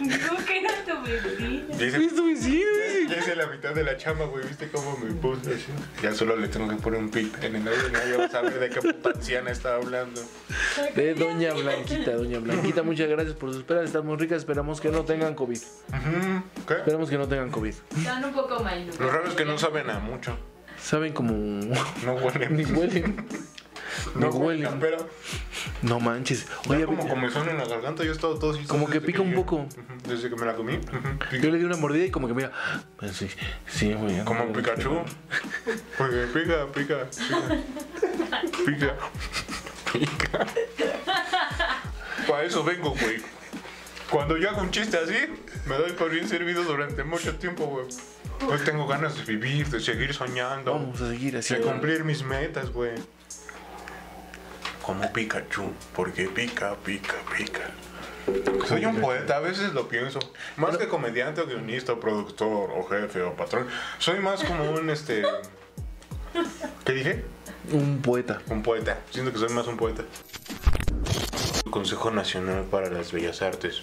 Speaker 8: Digo que era tu vecina.
Speaker 3: Ya hice,
Speaker 4: Es tu vecino, güey.
Speaker 3: ya hice la mitad de la chamba, güey. ¿Viste cómo me puse así? Ya solo le tengo que poner un pip en el audio. Ya vas a ver de qué puta anciana está hablando.
Speaker 4: De Doña Blanquita, Doña Blanquita, muchas gracias por sus peras. Están muy ricas. Esperamos que no tengan COVID.
Speaker 3: Ujú, ¿Qué?
Speaker 4: Esperamos que no tengan COVID.
Speaker 5: Están un poco mal.
Speaker 3: Lo raro es que no saben a mucho.
Speaker 4: Saben como.
Speaker 3: No
Speaker 4: Ni
Speaker 3: huelen.
Speaker 4: huelen.
Speaker 3: No
Speaker 4: ni huelen.
Speaker 3: huelen. Pero
Speaker 4: No manches.
Speaker 3: ya
Speaker 4: Oye,
Speaker 3: como comezón en la garganta, yo he estado todo así.
Speaker 4: Como que
Speaker 3: desde
Speaker 4: pica un
Speaker 3: llegué.
Speaker 4: poco.
Speaker 3: Ujú, Desde que me la comí. ujú, pica.
Speaker 4: yo le di una mordida y como que mira. pues Sí, sí, güey.
Speaker 3: Como Pikachu. Porque pica, pica, pica. Pica. Pica. Para eso vengo, güey. Cuando yo hago un chiste así, me doy por bien servido durante mucho tiempo, güey. Hoy tengo ganas de vivir, de seguir soñando,
Speaker 4: Vamos a seguir así.
Speaker 3: de cumplir mis metas, güey. Como Pikachu, porque pica, pica, pica. Soy un poeta, a veces lo pienso. Más que comediante, o guionista, o productor, o jefe, o patrón. Soy más como un este. ¿Qué dije?
Speaker 4: Un poeta.
Speaker 3: Un poeta. Siento que soy más un poeta. Consejo Nacional para las Bellas Artes.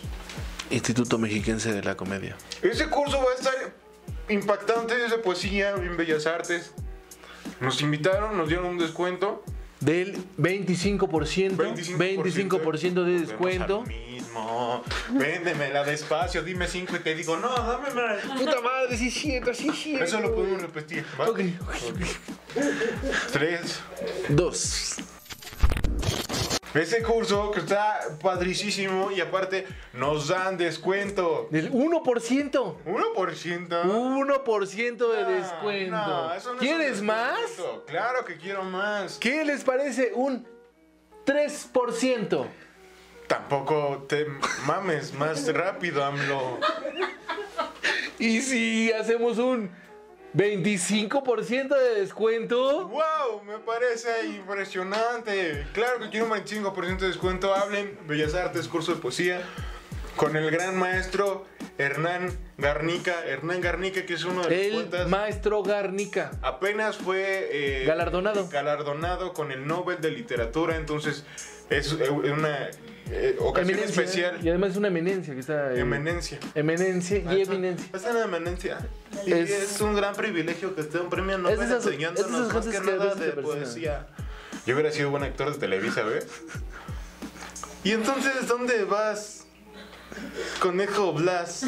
Speaker 4: Instituto Mexiquense de la Comedia.
Speaker 3: Ese curso va a estar impactante de poesía en Bellas Artes. Nos invitaron, nos dieron un descuento.
Speaker 4: Del 25%, 25%,
Speaker 3: eh.
Speaker 4: de descuento.
Speaker 3: Volvemos pues, al mismo. Véndemela despacio, dime 5 y te digo, no, dámela.
Speaker 4: Puta madre, sí es cierto, sí es cierto.
Speaker 3: Eso lo podemos repetir. ¿va?
Speaker 4: Ok.
Speaker 3: Tres.
Speaker 4: Dos.
Speaker 3: Ese curso que está padricísimo y aparte nos dan descuento.
Speaker 4: Del 1%.
Speaker 3: 1%.
Speaker 4: 1% de descuento.
Speaker 3: Ah. No, eso no es un
Speaker 4: ¿Quieres más?
Speaker 3: descuento. Claro que quiero más.
Speaker 4: ¿Qué les parece un 3%?
Speaker 3: Tampoco te mames más rápido, AMLO.
Speaker 4: Y si hacemos un 25% de descuento.
Speaker 3: ¡Wow! Me parece impresionante. Claro que quiero un 25% de descuento. Hablen Bellas Artes, curso de poesía, con el gran maestro Hernán Garnica. Hernán Garnica, que es uno de los
Speaker 4: El
Speaker 3: poetas.
Speaker 4: maestro Garnica.
Speaker 3: Apenas fue eh,
Speaker 4: Galardonado.
Speaker 3: galardonado con el Nobel de Literatura, entonces es eh, una eh, ocasión
Speaker 4: Eminencia, Y
Speaker 3: especial.
Speaker 4: además es una eminencia que está. eh,
Speaker 3: Eminencia.
Speaker 4: Eminencia y eminencia.
Speaker 3: Es una eminencia. Y
Speaker 4: Es-
Speaker 3: es, un gran privilegio que esté un premio Nobel
Speaker 4: Es de esas- es
Speaker 3: enseñándonos
Speaker 4: de esas
Speaker 3: más
Speaker 4: cosas
Speaker 3: que
Speaker 4: que a
Speaker 3: nada
Speaker 4: veces
Speaker 3: de
Speaker 4: te persiguen.
Speaker 3: poesía. Yo hubiera sido buen actor de Televisa, ¿ves? Y entonces, ¿dónde vas, conejo Blas?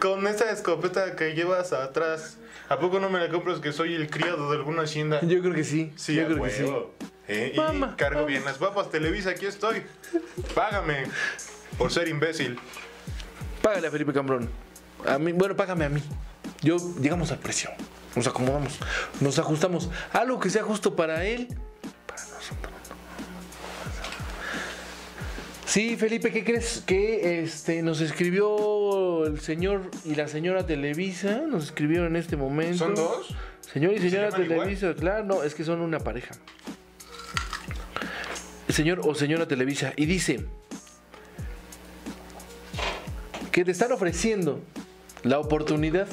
Speaker 3: Con esa escopeta que llevas atrás. ¿A poco no me la compras que soy el criado de alguna hacienda?
Speaker 4: Yo creo que sí.
Speaker 3: Sí,
Speaker 4: yo
Speaker 3: a
Speaker 4: creo
Speaker 3: huevo. Eh, y
Speaker 4: Mamá,
Speaker 3: cargo
Speaker 4: mamá.
Speaker 3: bien las papas, Televisa, aquí estoy. Págame por ser imbécil.
Speaker 4: que sí. Págale a Felipe Cambrón. A mí, bueno, págame a mí. Yo llegamos al precio. Nos acomodamos. Nos ajustamos. Algo que sea justo para él. para nosotros. Sí, Felipe, ¿qué crees? Que este nos escribió el señor y la señora Televisa, nos escribieron en este momento.
Speaker 3: ¿Son dos?
Speaker 4: Señor y señora
Speaker 3: llaman igual?
Speaker 4: Televisa, claro, no, es que son una pareja. Señor o señora Televisa, y dice que te están ofreciendo la oportunidad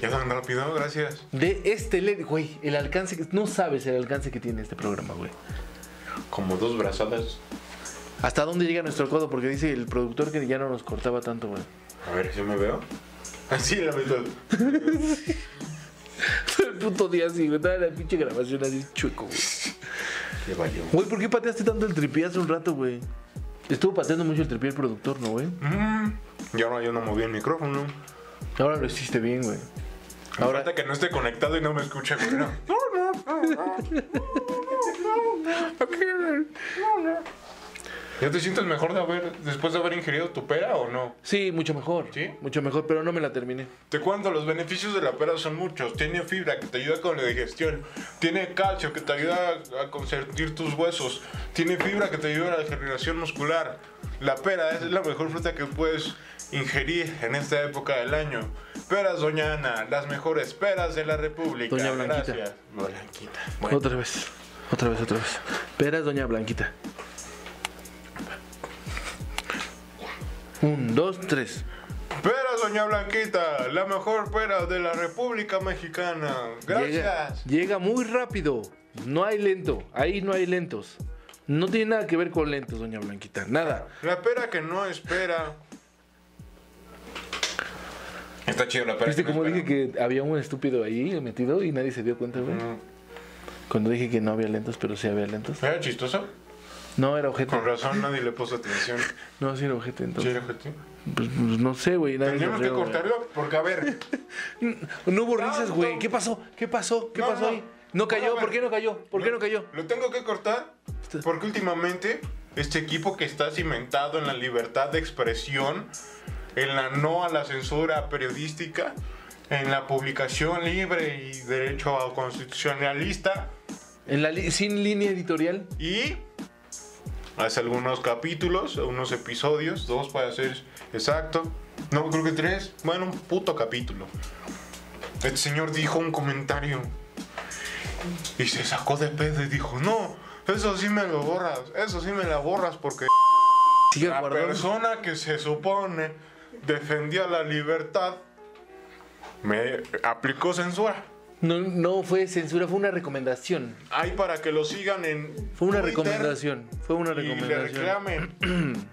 Speaker 3: Ya tan rápido, gracias.
Speaker 4: de este LED, güey, el alcance, que- no sabes el alcance que tiene este programa, güey.
Speaker 3: Como dos brazadas.
Speaker 4: ¿Hasta dónde llega nuestro codo? Porque dice el productor que ya no nos cortaba tanto, güey.
Speaker 3: A ver, ¿yo me veo? Así la mitad.
Speaker 4: Todo el puto día así, güey. Toda la pinche grabación así chueco, güey.
Speaker 3: Le valió.
Speaker 4: Güey, ¿por qué pateaste tanto el tripié hace un rato, güey? Estuvo pateando mucho el tripié el productor, ¿no, güey?
Speaker 3: Mm, y ahora yo no moví el micrófono.
Speaker 4: Ahora lo hiciste bien, güey.
Speaker 3: Ahora falta que no esté conectado y no me escuche, güey. No. ¿Ya te sientes mejor de haber, después de haber ingerido tu pera o no?
Speaker 4: Sí, mucho mejor.
Speaker 3: ¿Sí?
Speaker 4: Mucho mejor, pero no me la terminé.
Speaker 3: Te cuento, los beneficios de la pera son muchos. Tiene fibra que te ayuda con la digestión. Tiene calcio que te ayuda a- a consentir tus huesos. Tiene fibra que te ayuda a la generación muscular. La pera es la mejor fruta que puedes ingerir en esta época del año. Peras Doña Ana, las mejores peras de la República.
Speaker 4: Doña Blanquita.
Speaker 3: Gracias. Blanquita. Bueno,
Speaker 4: Otra vez. Otra vez, otra vez. Peras, doña Blanquita. Un, dos, tres.
Speaker 3: peras Doña Blanquita, la mejor pera de la República Mexicana.
Speaker 4: Llega,
Speaker 3: Gracias.
Speaker 4: llega muy rápido. No hay lento. Ahí no hay lentos. No tiene nada que ver con lentos, doña Blanquita. Nada.
Speaker 3: La pera que no espera. Está chido la pera.
Speaker 4: ¿Viste
Speaker 3: que no
Speaker 4: cómo
Speaker 3: espera.
Speaker 4: dije que había un estúpido ahí metido y nadie se dio cuenta, güey? Cuando dije que no había lentos, pero sí había lentos.
Speaker 3: ¿Era chistoso?
Speaker 4: No, era objeto.
Speaker 3: Con razón nadie le puso atención.
Speaker 4: No, sí era objeto,
Speaker 3: ¿Sí
Speaker 4: entonces.
Speaker 3: era objetivo?
Speaker 4: Pues, pues, no sé, güey. nadie
Speaker 3: Tendríamos
Speaker 4: nos
Speaker 3: que
Speaker 4: vio, güey.
Speaker 3: cortarlo porque, a ver,
Speaker 4: No hubo
Speaker 3: No,
Speaker 4: risas,
Speaker 3: no.
Speaker 4: güey. ¿Qué pasó? ¿Qué pasó? ¿Qué
Speaker 3: No,
Speaker 4: pasó
Speaker 3: no.
Speaker 4: ahí? No cayó.
Speaker 3: Bueno,
Speaker 4: ¿Por qué no cayó? ¿Por qué no cayó?
Speaker 3: lo tengo que cortar porque últimamente este equipo que está cimentado en la libertad de expresión, en la no a la censura periodística, en la publicación libre y derecho a constitucionalista
Speaker 4: En la li- sin línea editorial.
Speaker 3: y hace algunos capítulos, unos episodios, dos para ser exacto, no creo que tres, bueno, un puto capítulo. Este señor dijo un comentario y se sacó de pedo y dijo, no, eso sí me lo borras, eso sí me la borras porque
Speaker 4: Sigue
Speaker 3: la
Speaker 4: guardando.
Speaker 3: persona que se supone defendía la libertad me aplicó censura.
Speaker 4: No, no fue censura, fue una recomendación.
Speaker 3: Ahí para que lo sigan en
Speaker 4: Fue una
Speaker 3: Twitter.
Speaker 4: recomendación. Fue una
Speaker 3: Y le
Speaker 4: recomendación.
Speaker 3: reclamen.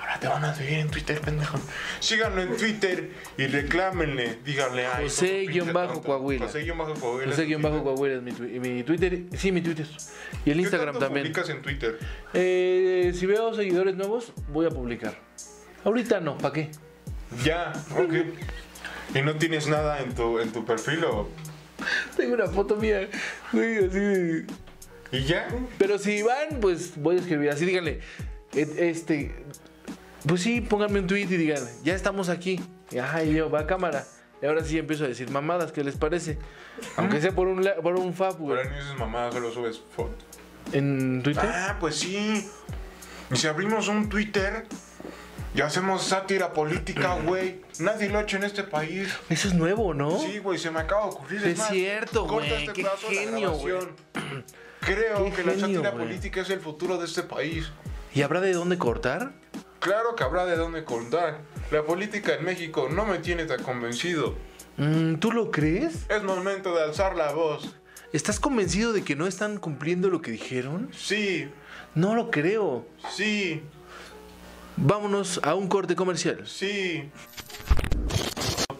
Speaker 3: Ahora te van a seguir en Twitter, pendejo. Síganlo en Twitter y reclámenle. Díganle. ay,
Speaker 4: José
Speaker 3: sos un pinche
Speaker 4: guión bajo
Speaker 3: tonto.
Speaker 4: Coahuila.
Speaker 3: José guión bajo Coahuila.
Speaker 4: No sé guión bajo Coahuila es mi, twi- mi Twitter. Sí, mi Twitter. Y el
Speaker 3: ¿Qué
Speaker 4: Instagram
Speaker 3: tanto
Speaker 4: también.
Speaker 3: publicas en Twitter?
Speaker 4: Eh, si veo seguidores nuevos, voy a publicar. Ahorita no, ¿para qué?
Speaker 3: Ya, ok. ¿Y no tienes nada en tu, en tu perfil o...?
Speaker 4: Tengo una foto mía. güey, así de-
Speaker 3: ¿Y ya?
Speaker 4: Pero si van, pues voy a escribir así, díganle. et- Este. Pues sí, pónganme un tweet y digan, ya estamos aquí. Y, Ajá, y yo, va a cámara. Y ahora sí empiezo a decir mamadas, ¿qué les parece? Aunque sea por un, la- por un fab, güey.
Speaker 3: Ahora no dices mamá, solo subes fotos.
Speaker 4: ¿En Twitter?
Speaker 3: Ah, pues sí. Y si abrimos un Twitter y hacemos sátira política, güey. Nadie lo ha hecho en este país.
Speaker 4: Eso es nuevo, ¿no?
Speaker 3: Sí, güey, se me acaba de ocurrir.
Speaker 4: Es cierto,
Speaker 3: corta
Speaker 4: güey, qué
Speaker 3: pedazo de la
Speaker 4: genio, güey.
Speaker 3: grabación. Creo
Speaker 4: Qué
Speaker 3: que la
Speaker 4: genio,
Speaker 3: sátira
Speaker 4: güey.
Speaker 3: política es el futuro de este país.
Speaker 4: ¿Y habrá de dónde cortar?
Speaker 3: Claro que habrá de dónde contar. La política en México no me tiene tan convencido.
Speaker 4: Mm, ¿Tú lo crees?
Speaker 3: Es momento de alzar la voz.
Speaker 4: ¿Estás convencido de que no están cumpliendo lo que dijeron?
Speaker 3: Sí,
Speaker 4: No lo creo.
Speaker 3: sí,
Speaker 4: Vámonos a un corte comercial.
Speaker 3: sí.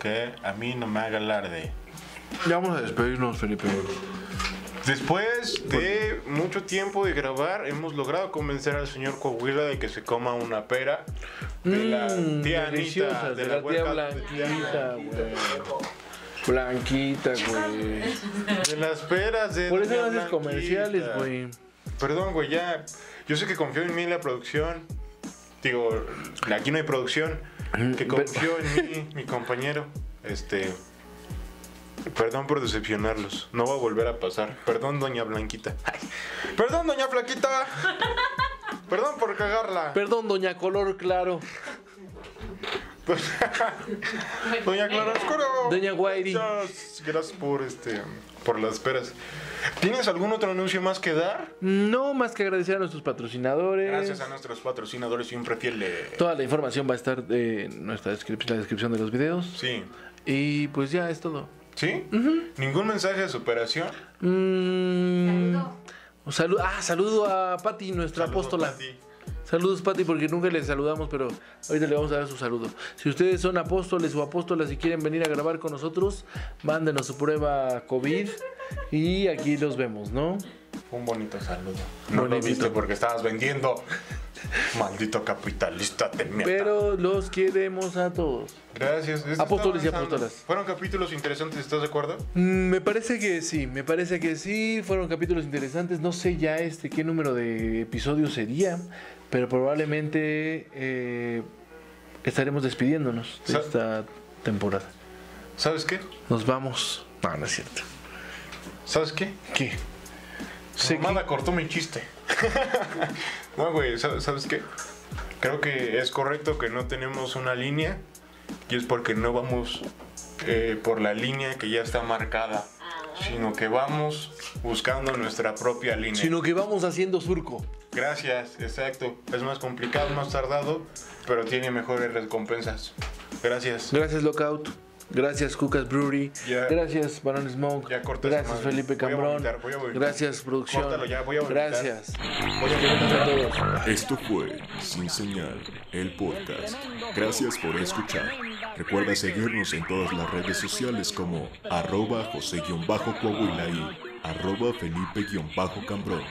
Speaker 3: Que a mí no me haga alarde.
Speaker 4: Ya vamos a despedirnos, Felipe.
Speaker 3: Después de mucho tiempo de grabar, hemos logrado convencer al señor Coahuila de que se coma una pera de la
Speaker 4: Mm,
Speaker 3: tía Anita,
Speaker 4: deliciosas,
Speaker 3: de, la,
Speaker 4: tía
Speaker 3: huerta-
Speaker 4: Blanquita, güey. Blanquita, güey.
Speaker 3: de las peras de
Speaker 4: Por eso no
Speaker 3: doña
Speaker 4: haces
Speaker 3: Blanquita.
Speaker 4: comerciales, güey.
Speaker 3: Perdón, güey, ya. Yo sé que confió en mí la producción. Digo, aquí no hay producción. Que
Speaker 4: pero-
Speaker 3: confió en mí, mi compañero. Este. Perdón por decepcionarlos. No va a volver a pasar. Perdón, doña Blanquita. Ay. Perdón, doña Flaquita. Perdón por cagarla.
Speaker 4: Perdón, doña Color Claro.
Speaker 3: Doña Clara Oscuro.
Speaker 4: Doña Guairi.
Speaker 3: Gracias, gracias por este. Por las peras. ¿Tienes algún otro anuncio más que dar?
Speaker 4: No más que agradecer a nuestros patrocinadores.
Speaker 3: Gracias a nuestros patrocinadores siempre fieles.
Speaker 4: Toda la información va a estar eh, en nuestra descrip- la descripción de los videos.
Speaker 3: Sí.
Speaker 4: Y pues ya es todo.
Speaker 3: ¿Sí? ¿Ningún mensaje de superación?
Speaker 4: Mm,
Speaker 5: Saludos.
Speaker 4: un saludo, Mm, ah, saludo a Pati, nuestra
Speaker 3: Saludos
Speaker 4: apóstola.
Speaker 3: para ti.
Speaker 4: Saludos Saludos, Pati, porque nunca les saludamos, pero ahorita le vamos a dar su saludo. Si ustedes son apóstoles o apóstolas y quieren venir a grabar con nosotros, mándenos su prueba COVID y aquí los vemos, ¿no?
Speaker 3: Un bonito saludo. No lo
Speaker 4: Bonito.
Speaker 3: viste porque estabas vendiendo. Maldito capitalista de mierda.
Speaker 4: Pero los queremos a todos.
Speaker 3: Gracias. Este está
Speaker 4: Apóstoles y
Speaker 3: avanzando.
Speaker 4: apóstolas.
Speaker 3: Fueron capítulos interesantes, ¿estás de acuerdo?
Speaker 4: Mm, Me parece que sí, me parece que sí. Fueron capítulos interesantes. No sé ya este qué número de episodios sería, pero probablemente eh, estaremos despidiéndonos de
Speaker 3: Sa-
Speaker 4: esta temporada.
Speaker 3: ¿Sabes qué?
Speaker 4: Nos vamos. No, no es cierto.
Speaker 3: ¿Sabes qué?
Speaker 4: ¿Qué?
Speaker 3: Se
Speaker 4: Sé que-
Speaker 3: Mamada cortó mi chiste. no, güey, ¿sab- ¿sabes qué? Creo que es correcto que no tenemos una línea y es porque no vamos eh, por la línea que ya está marcada, sino que vamos buscando nuestra propia línea.
Speaker 4: Sino que vamos haciendo surco.
Speaker 3: Gracias, exacto. Es más complicado, más tardado, pero tiene mejores recompensas. Gracias.
Speaker 4: Gracias, Lockout. Gracias, Cucas Brewery.
Speaker 3: Ya.
Speaker 4: Gracias, Baron Smoke.
Speaker 3: Ya corta esa
Speaker 4: Gracias,
Speaker 3: madre.
Speaker 4: Felipe
Speaker 3: Voy a
Speaker 4: Cambrón.
Speaker 3: vomitar, voy a vomitar.
Speaker 4: Gracias, producción.
Speaker 3: Córtalo ya, voy a vomitar.
Speaker 4: Gracias.
Speaker 3: Voy a llevar
Speaker 4: A todos.
Speaker 2: Esto fue Sin Señal, el podcast. Gracias por escuchar. Recuerda seguirnos en todas las redes sociales como arroba José-Coahuila y arroba Felipe-Cambrón.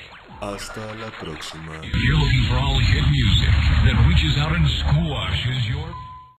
Speaker 2: Hasta la próxima.
Speaker 9: You're looking for all hit music that reaches out and squashes your...